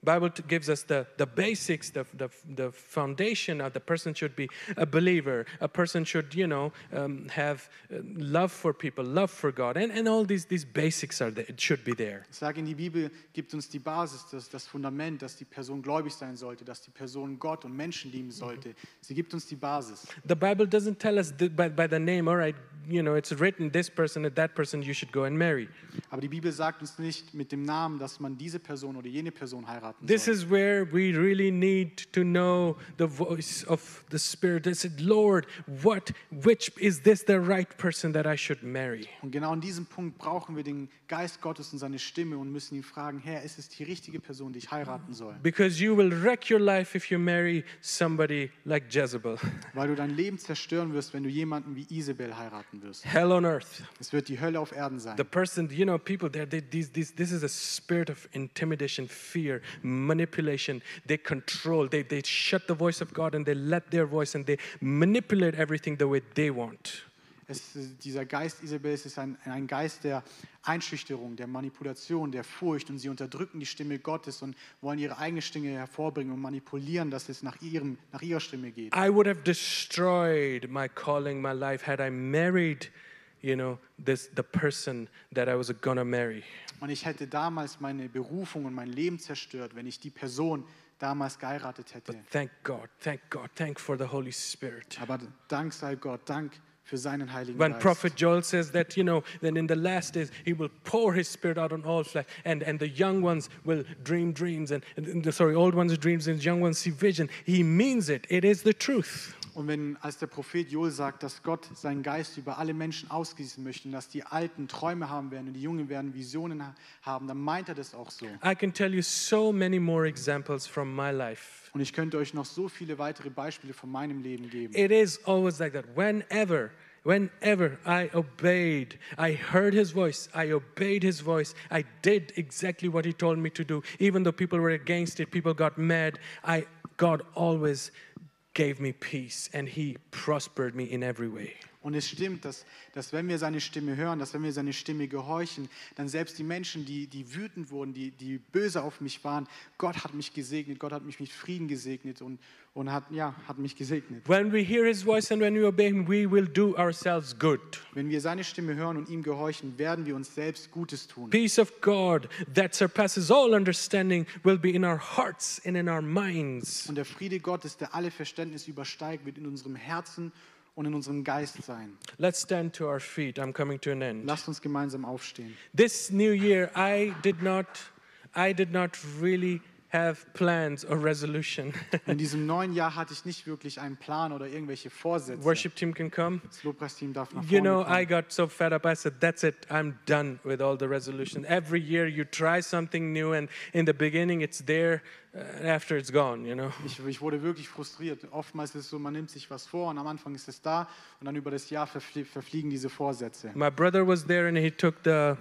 Speaker 1: Bible t- gives us the, the basics, the, the, the foundation of the person should be a believer, a person should, you know, um, have uh, love for people, love for God, and, and all these, these basics are there, it should be there.
Speaker 2: Ich sage, in die Bibel gibt uns die Basis, das, das Fundament, dass die Person gläubig sein sollte, dass die Person Gott und Menschen
Speaker 1: Mhm.
Speaker 2: lieben sollte. Sie gibt uns die Basis.
Speaker 1: The Bible doesn't tell us th- by, by the name, all right, you know, it's written this person and that person you should go and marry.
Speaker 2: Aber die Bibel sagt uns nicht mit dem Namen, dass man diese Person oder jene Person heiraten
Speaker 1: This
Speaker 2: soll.
Speaker 1: is where we really need to know the voice of the Spirit. I said, Lord, what, which is this the right person that I should marry?
Speaker 2: Und genau an diesem Punkt brauchen wir den Geist Gottes und seine Stimme und müssen ihn fragen, Herr, ist es die richtige Person, die ich heiraten soll?
Speaker 1: Because you will wreck your life if you marry somebody like Jezebel.
Speaker 2: Weil du dein Leben zerstören wirst, wenn du jemanden wie Isabel heiraten wirst.
Speaker 1: Hell on earth.
Speaker 2: Es wird die Hölle auf Erden sein.
Speaker 1: The person, you know, people, they're- they, these, these, this is a spirit of intimidation, fear, manipulation. They control, they, they shut the voice of God and they let their voice and they manipulate everything the way they want.
Speaker 2: Es, dieser Geist Isabels ist ein, ein Geist der Einschüchterung, der Manipulation, der Furcht und sie unterdrücken die Stimme Gottes und wollen ihre eigene Stimme hervorbringen und manipulieren, dass es nach, ihrem, nach ihrer Stimme geht.
Speaker 1: I would have destroyed my calling, my life, had I married, you know, this the person that I was gonna marry.
Speaker 2: Und ich hätte damals meine Berufung und mein Leben zerstört, wenn ich die Person damals geheiratet hätte.
Speaker 1: Thank God, thank God, thank for the Holy Spirit.
Speaker 2: Aber Dank sei Gott, Dank für seinen Heiligen
Speaker 1: When
Speaker 2: Geist.
Speaker 1: Prophet Joel says that, you know, then in the last days he will pour his spirit out on all flesh, and, and the young ones will dream dreams, and, and the, sorry, old ones dreams, and young ones see vision. He means it. It is the truth.
Speaker 2: Und wenn, als der Prophet Joel sagt, dass Gott seinen Geist über alle Menschen ausgießen möchte und dass die Alten Träume haben werden und die Jungen werden Visionen ha- haben, dann meint er das auch so.
Speaker 1: I can tell you so many more examples from my life.
Speaker 2: Und ich könnte euch noch so viele weitere Beispiele von meinem Leben geben.
Speaker 1: It is always like that. Whenever, whenever I obeyed, I heard his voice, I obeyed his voice, I did exactly what he told me to do. Even though people were against it, people got mad, I God always gave me peace and he prospered me in every way.
Speaker 2: Und es stimmt, dass, dass wenn wir seine Stimme hören, dass wenn wir seine Stimme gehorchen, dann selbst die Menschen, die, die wütend wurden, die, die böse auf mich waren, Gott hat mich gesegnet, Gott hat mich mit Frieden gesegnet und, und hat, ja, hat mich gesegnet.
Speaker 1: When we hear his voice and when we obey him, we will do ourselves good.
Speaker 2: Wenn wir seine Stimme hören und ihm gehorchen, werden wir uns selbst Gutes tun.
Speaker 1: Peace of God that surpasses all understanding will be in our hearts and in our minds.
Speaker 2: Und der Friede Gottes, der alle Verständnis übersteigt, wird in unserem Herzen und in unserem Geist sein.
Speaker 1: Let's stand to our feet. I'm coming to an end.
Speaker 2: Lasst uns gemeinsam aufstehen.
Speaker 1: this new year i did not i did not really have plans or resolution
Speaker 2: In diesem neuen Jahr hatte ich nicht wirklich einen Plan oder irgendwelche Vorsätze.
Speaker 1: worship team can come
Speaker 2: Das Lobpreisteam darf nach vorne
Speaker 1: you know
Speaker 2: kommen.
Speaker 1: i got so fed up i said that's it i'm done with all the resolution every year you try something new and in the beginning it's there uh, after it's gone you know
Speaker 2: ich, ich wurde wirklich frustriert. Oftmals ist es so, man nimmt sich was vor und am Anfang ist es da und dann über das Jahr verflie verfliegen diese Vorsätze.
Speaker 1: my brother was there and he took the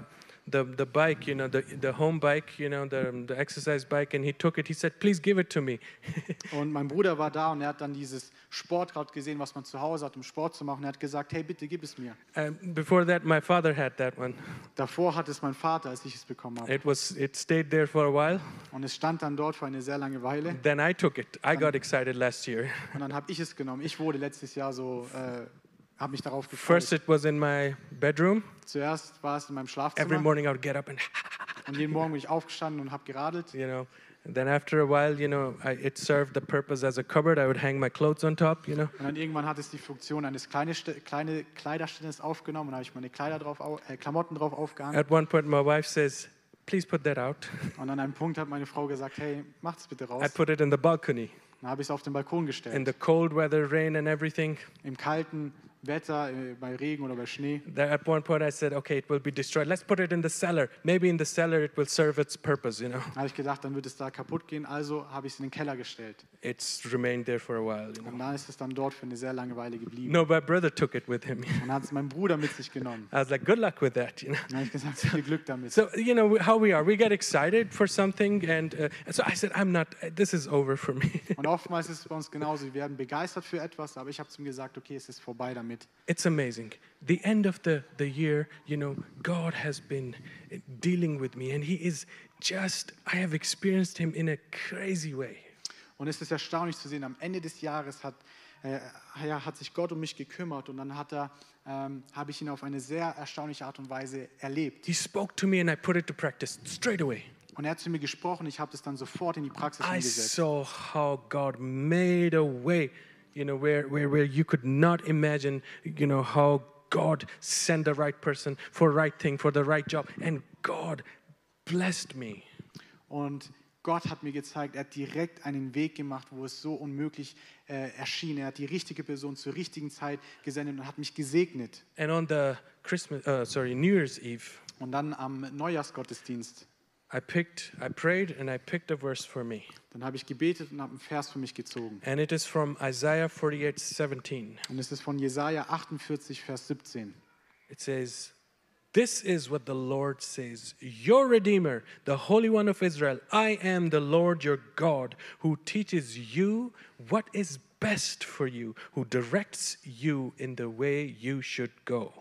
Speaker 1: the, the bike you know the, the home bike you know the, the exercise bike and he took it he said please give it to me
Speaker 2: Und mein Bruder war da und er hat dann dieses Sportrad gesehen, was man zu Hause hat, um Sport zu machen. Er hat gesagt, hey, bitte gib es mir.
Speaker 1: and before that my father had that one
Speaker 2: Davor hat es mein Vater, als ich es bekommen habe.
Speaker 1: it was it stayed there for a while
Speaker 2: Und es stand dann dort für eine sehr lange Weile.
Speaker 1: Then I took it. I got excited last year.
Speaker 2: Und dann habe ich es genommen. Ich wurde letztes Jahr so, äh, habe mich darauf gefreut.
Speaker 1: First, it was in my bedroom.
Speaker 2: Zuerst war es in meinem
Speaker 1: Every
Speaker 2: Schlafzimmer.
Speaker 1: morning I would get up and
Speaker 2: Und jeden Morgen bin ich aufgestanden und habe geradelt.
Speaker 1: you know. Then after a while, you know, I, it served the purpose as a cupboard. I would hang my clothes on top, you know.
Speaker 2: Und dann irgendwann hat es die Funktion eines kleine, Ste- kleine Kleiderständers aufgenommen und habe ich meine Kleider drauf, au- äh, Klamotten drauf aufgehangen.
Speaker 1: At one point, my wife says, "Please put that out."
Speaker 2: Und an einem Punkt hat meine Frau gesagt, hey, macht's bitte raus.
Speaker 1: I put it in the balcony.
Speaker 2: Dann habe ich es auf den Balkon
Speaker 1: In
Speaker 2: gestellt.
Speaker 1: the cold weather, rain, and everything,
Speaker 2: Im kalten Wetter, äh, bei Regen oder bei Schnee.
Speaker 1: There at one point I said, okay, it will be destroyed. Let's put it in the cellar. Maybe in the cellar it will serve its purpose, you know.
Speaker 2: Da habe ich gedacht, dann wird es da kaputt gehen. Also habe ich es in den Keller gestellt.
Speaker 1: It's remained there for a while, you know.
Speaker 2: Und dann ist es dann dort für eine sehr lange Weile geblieben.
Speaker 1: No, my brother took it with him.
Speaker 2: Und dann hat es mein Bruder mit sich genommen.
Speaker 1: I was like, good luck with that, you know.
Speaker 2: Dann habe ich gesagt, viel Glück damit.
Speaker 1: So, you know, how we are. We get excited for something, and uh, so I said, I'm not, this is over for me.
Speaker 2: Und oftmals ist es bei uns genauso. Wir werden begeistert für etwas, aber ich habe zu ihm gesagt, okay, es ist vorbei damit.
Speaker 1: It's amazing. The end of the, the year, you know, God has been eh, dealing with me, and He is just, I have experienced Him in a crazy way.
Speaker 2: Und es ist erstaunlich zu sehen, am Ende des Jahres hat, äh, ja, hat sich Gott um mich gekümmert und dann hat er, ähm, habe ich ihn auf eine sehr erstaunliche Art und Weise erlebt.
Speaker 1: He spoke to me, and I put it to practice straight away.
Speaker 2: Und er hat zu mir gesprochen, ich habe das dann sofort in die Praxis
Speaker 1: I
Speaker 2: umgesetzt.
Speaker 1: saw how God made a way, you know, where, where, where you could not imagine, you know, how God sent the right person for right thing, for the right job. And God blessed me.
Speaker 2: Und Gott hat mir gezeigt, er hat direkt einen Weg gemacht, wo es so unmöglich äh, erschien. Er hat die richtige Person zur richtigen Zeit gesendet und hat mich gesegnet.
Speaker 1: And on the Christmas, uh, sorry, New Year's Eve,
Speaker 2: Und dann am Neujahrsgottesdienst,
Speaker 1: I picked, I prayed and I picked a verse for me.
Speaker 2: dann habe ich gebetet und habe einen Vers für mich gezogen.
Speaker 1: And it is from Isaiah 48:17.
Speaker 2: Und es ist von Jesaja 48, Vers 17.
Speaker 1: It says, This is what the Lord says, your Redeemer, the Holy One of Israel. I am the Lord your God, who teaches you what is best for you, who directs you in the way you should go.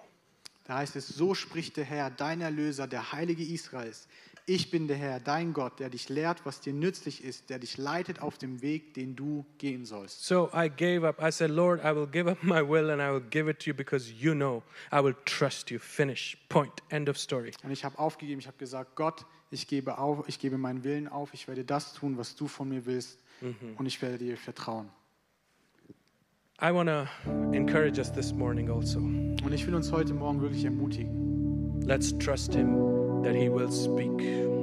Speaker 2: Da heißt es, so spricht der Herr, dein Erlöser, der Heilige Israels. Ich bin der Herr, dein Gott, der dich lehrt, was dir nützlich ist, der dich leitet auf dem Weg, den du gehen sollst.
Speaker 1: So I gave up. I said, Lord, I will give up my will and I will give it to you because you know I will trust you. Finish. Point. End of story.
Speaker 2: Und ich habe aufgegeben, ich habe gesagt, Gott, ich gebe, auf, ich gebe meinen Willen auf, ich werde das tun, was du von mir willst und ich werde dir vertrauen.
Speaker 1: I want to encourage us this morning also.
Speaker 2: Und ich will uns heute Morgen wirklich ermutigen.
Speaker 1: Let's trust Him that He will speak.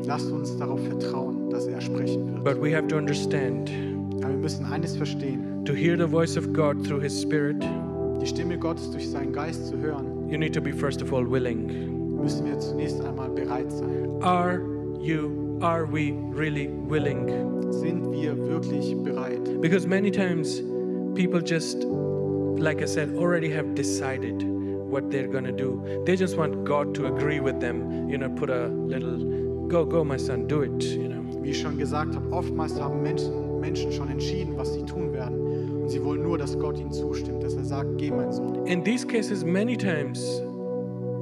Speaker 2: Lasst uns darauf vertrauen, dass er sprechen wird.
Speaker 1: But we have to understand
Speaker 2: Aber wir müssen eines verstehen,
Speaker 1: to hear the voice of God through His Spirit,
Speaker 2: die Stimme Gottes durch seinen Geist zu hören,
Speaker 1: you need to be first of all willing.
Speaker 2: müssen wir zunächst einmal bereit sein.
Speaker 1: Are you, are we really willing?
Speaker 2: Sind wir wirklich bereit?
Speaker 1: Because many times people just, like I said, already have decided what they're going to do. They just want God to agree with them, you know, put a little, go, go, my son, do it, you know.
Speaker 2: Wie ich schon gesagt habe, oftmals haben Menschen, Menschen schon entschieden, was sie tun werden. Und sie wollen nur, dass Gott ihnen zustimmt, dass er sagt, geh mein Sohn.
Speaker 1: In these cases, many times,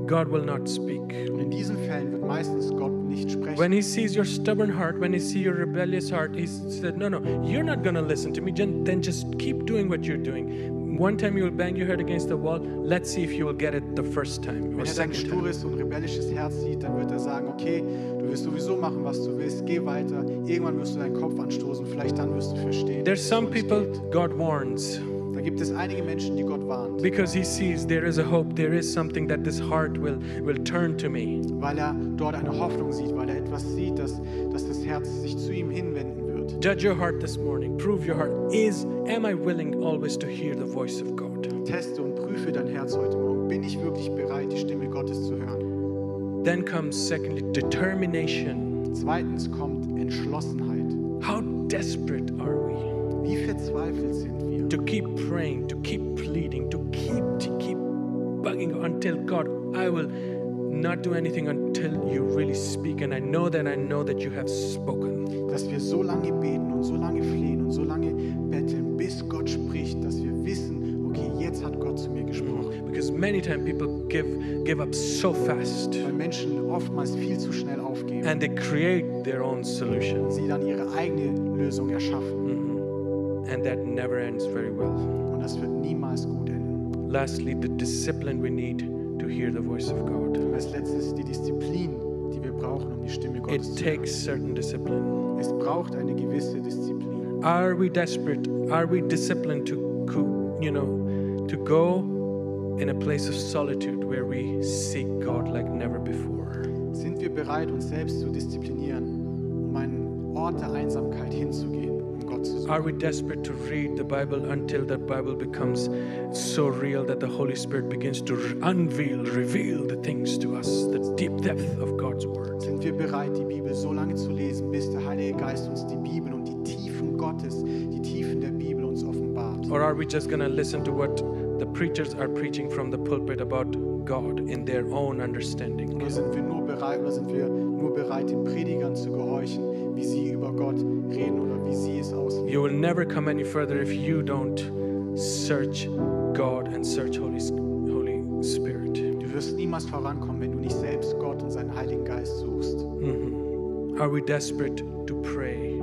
Speaker 1: God will not speak.
Speaker 2: Und in diesen Fällen wird meistens Gott nicht sprechen.
Speaker 1: When he sees your stubborn heart, when he sees your rebellious heart, he said, No, no, you're not going to listen to me. Jen- Then just keep doing what you're doing. One time you will bang your head against the wall. Let's see if you will get it the first time or
Speaker 2: Wenn er dein
Speaker 1: second time.
Speaker 2: stures und rebellisches Herz sieht, dann wird er sagen, okay, du wirst sowieso machen, was du willst, geh weiter. Irgendwann wirst du deinen Kopf anstoßen, vielleicht dann wirst du verstehen.
Speaker 1: There's some
Speaker 2: worum es
Speaker 1: people
Speaker 2: geht.
Speaker 1: God warns
Speaker 2: Da gibt es einige Menschen, die Gott warnt,
Speaker 1: because he sees there is a hope, there is something that this heart will, will turn to me.
Speaker 2: weil er dort eine Hoffnung sieht, weil er etwas sieht, dass, dass das Herz sich zu ihm hinwenden wird.
Speaker 1: Judge your heart this morning. Prove your heart. Is am I willing always to hear the voice of God?
Speaker 2: Teste und prüfe dein Herz heute Morgen. Bin ich wirklich bereit, die Stimme Gottes zu hören?
Speaker 1: Then comes secondly determination.
Speaker 2: Zweitens kommt Entschlossenheit.
Speaker 1: How desperate are we?
Speaker 2: Wie verzweifelt sind wir?
Speaker 1: to keep praying, to keep pleading, to keep to keep bugging until God, I will not do anything until you really speak. And I know that I know that you have spoken.
Speaker 2: Dass wir so lange beten und so lange flehen und so lange betteln, bis Gott spricht, dass wir wissen, okay, jetzt hat Gott zu mir gesprochen.
Speaker 1: Because many times people give give up so fast
Speaker 2: Weil Menschen oftmals viel zu schnell aufgeben.
Speaker 1: and they create their own solutions.
Speaker 2: Sie dann ihre eigene Lösung erschaffen.
Speaker 1: And that never ends very well.
Speaker 2: Und das wird niemals gut enden.
Speaker 1: Lastly, the discipline we need to hear the voice of God.
Speaker 2: Und als letztes die Disziplin, die wir brauchen, um die Stimme
Speaker 1: It
Speaker 2: Gottes zu hören.
Speaker 1: takes certain discipline.
Speaker 2: Es braucht eine gewisse Disziplin.
Speaker 1: Are we desperate? Are we disciplined to, co- you know, to go in a place of solitude where we seek God like never before?
Speaker 2: Sind wir bereit, uns selbst zu disziplinieren, um einen Ort der Einsamkeit hinzugehen, um Gott zu suchen?
Speaker 1: Are we desperate to read the Bible until the Bible becomes so real that the Holy Spirit begins to re- unveil, reveal the things to us, the deep depth of God's Word?
Speaker 2: Sind wir bereit, die Bibel so lange zu lesen, bis der Heilige Geist uns die Bibel und die Tiefen Gottes, die Tiefen der Bibel uns offenbart?
Speaker 1: Or are we just going to listen to what the preachers are preaching from the pulpit about God in their own understanding?
Speaker 2: Oder sind wir nur bereit, oder sind wir nur bereit, den Predigern zu gehorchen, wie sie über Gott reden oder wie sie es auslegen?
Speaker 1: You will never come any further if you don't search God and search Holy, Holy Spirit.
Speaker 2: Du wirst niemals vorankommen, wenn du nicht selbst Gott und seinen Heiligen Geist suchst.
Speaker 1: Mhm. Are we desperate to pray,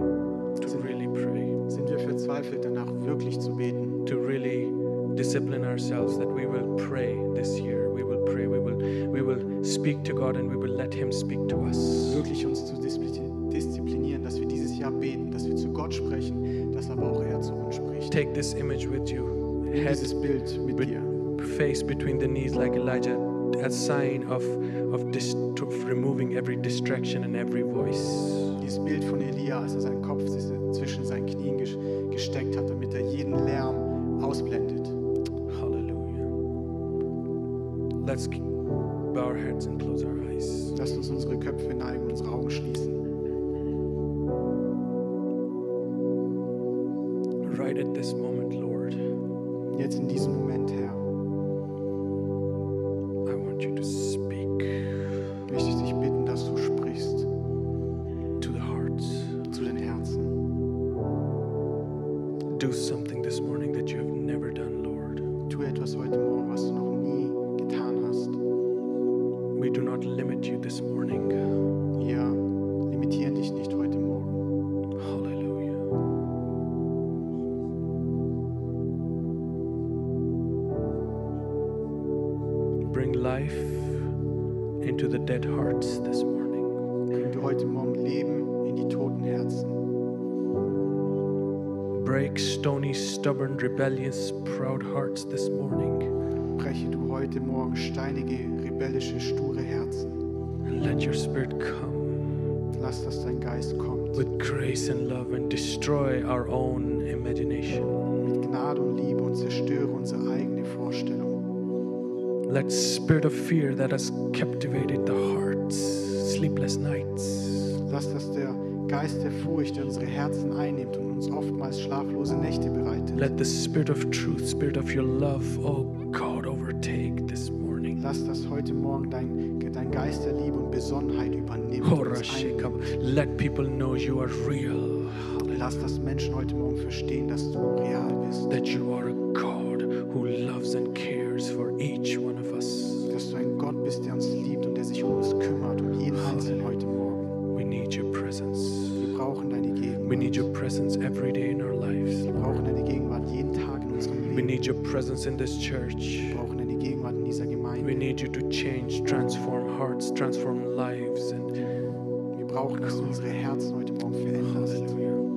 Speaker 1: to really pray?
Speaker 2: Sind wir verzweifelt danach, wirklich zu beten?
Speaker 1: to really discipline ourselves that we will pray this year we will pray we will we will speak to god and we will let him speak to us
Speaker 2: Wirklich uns zu disziplin- disziplinieren, dass wir dieses Jahr beten, dass wir zu Gott sprechen, dass aber auch er zu uns spricht.
Speaker 1: take this image with you
Speaker 2: Nimm
Speaker 1: head
Speaker 2: dieses Bild mit dir.
Speaker 1: face between the knees like elijah a sign of of, dis, of removing every distraction and every voice
Speaker 2: Dieses Bild von Elia, als er seinen Kopf sis- zwischen seinen Knien ges- gesteckt hat, damit er jeden Lärm ausblendet.
Speaker 1: hallelujah let's k- bow our heads and close our eyes
Speaker 2: Lasst uns unsere Köpfe neigen, unsere Augen schließen.
Speaker 1: right at this moment lord
Speaker 2: Jetzt in diesem Moment, Herr,
Speaker 1: i want you to speak
Speaker 2: möchte ich dich bitten, dass du sprichst
Speaker 1: to the hearts
Speaker 2: zu den Herzen.
Speaker 1: Do something this morning that you have never done, Lord.
Speaker 2: Tu etwas heute Morgen, was du noch nie getan hast.
Speaker 1: We do not limit you this morning.
Speaker 2: Wir limitieren dich nicht heute Morgen.
Speaker 1: Hallelujah. Bring life into the dead hearts this morning.
Speaker 2: Bring du heute Morgen Leben in die toten Herzen.
Speaker 1: Break stony, stubborn, rebellious, proud hearts this morning.
Speaker 2: Breche du heute Morgen steinige, rebellische, sture Herzen.
Speaker 1: And let your spirit come
Speaker 2: Lass, dass dein Geist kommt. Mit
Speaker 1: with grace and love and destroy our own imagination.
Speaker 2: Gnade und Liebe und zerstöre unsere eigene Vorstellung.
Speaker 1: Let spirit of fear that has captivated the hearts, sleepless nights,
Speaker 2: Lass, dass der Geist der Furcht, der unsere Herzen einnimmt und uns oftmals schlaflose Nächte bereitet.
Speaker 1: let the spirit of truth, spirit of your love, oh God, overtake this morning.
Speaker 2: Lass, dass heute Morgen dein, dein Geist der Liebe und Besonnenheit übernimmt. und
Speaker 1: Hora
Speaker 2: uns einnimmt.
Speaker 1: Shekab. Let people know you are real,
Speaker 2: Lass, dass Menschen heute Morgen verstehen, dass du real bist.
Speaker 1: that you are a God who loves and cares for each one of us.
Speaker 2: dass du ein Gott bist, der uns liebt und der sich um uns kümmert, um jeden Einzelnen heute Morgen.
Speaker 1: We need your presence.
Speaker 2: Wir brauchen deine Gegenwart.
Speaker 1: We need your presence every day in our lives.
Speaker 2: Wir brauchen deine Gegenwart jeden Tag in unserem
Speaker 1: We
Speaker 2: Leben.
Speaker 1: need your presence in this church.
Speaker 2: Wir brauchen deine Gegenwart in dieser
Speaker 1: We
Speaker 2: Gemeinde.
Speaker 1: need you to change, transform hearts, transform lives, and
Speaker 2: Wir brauchen, dass du unsere Herzen heute Morgen veränderst.
Speaker 1: Hallelujah.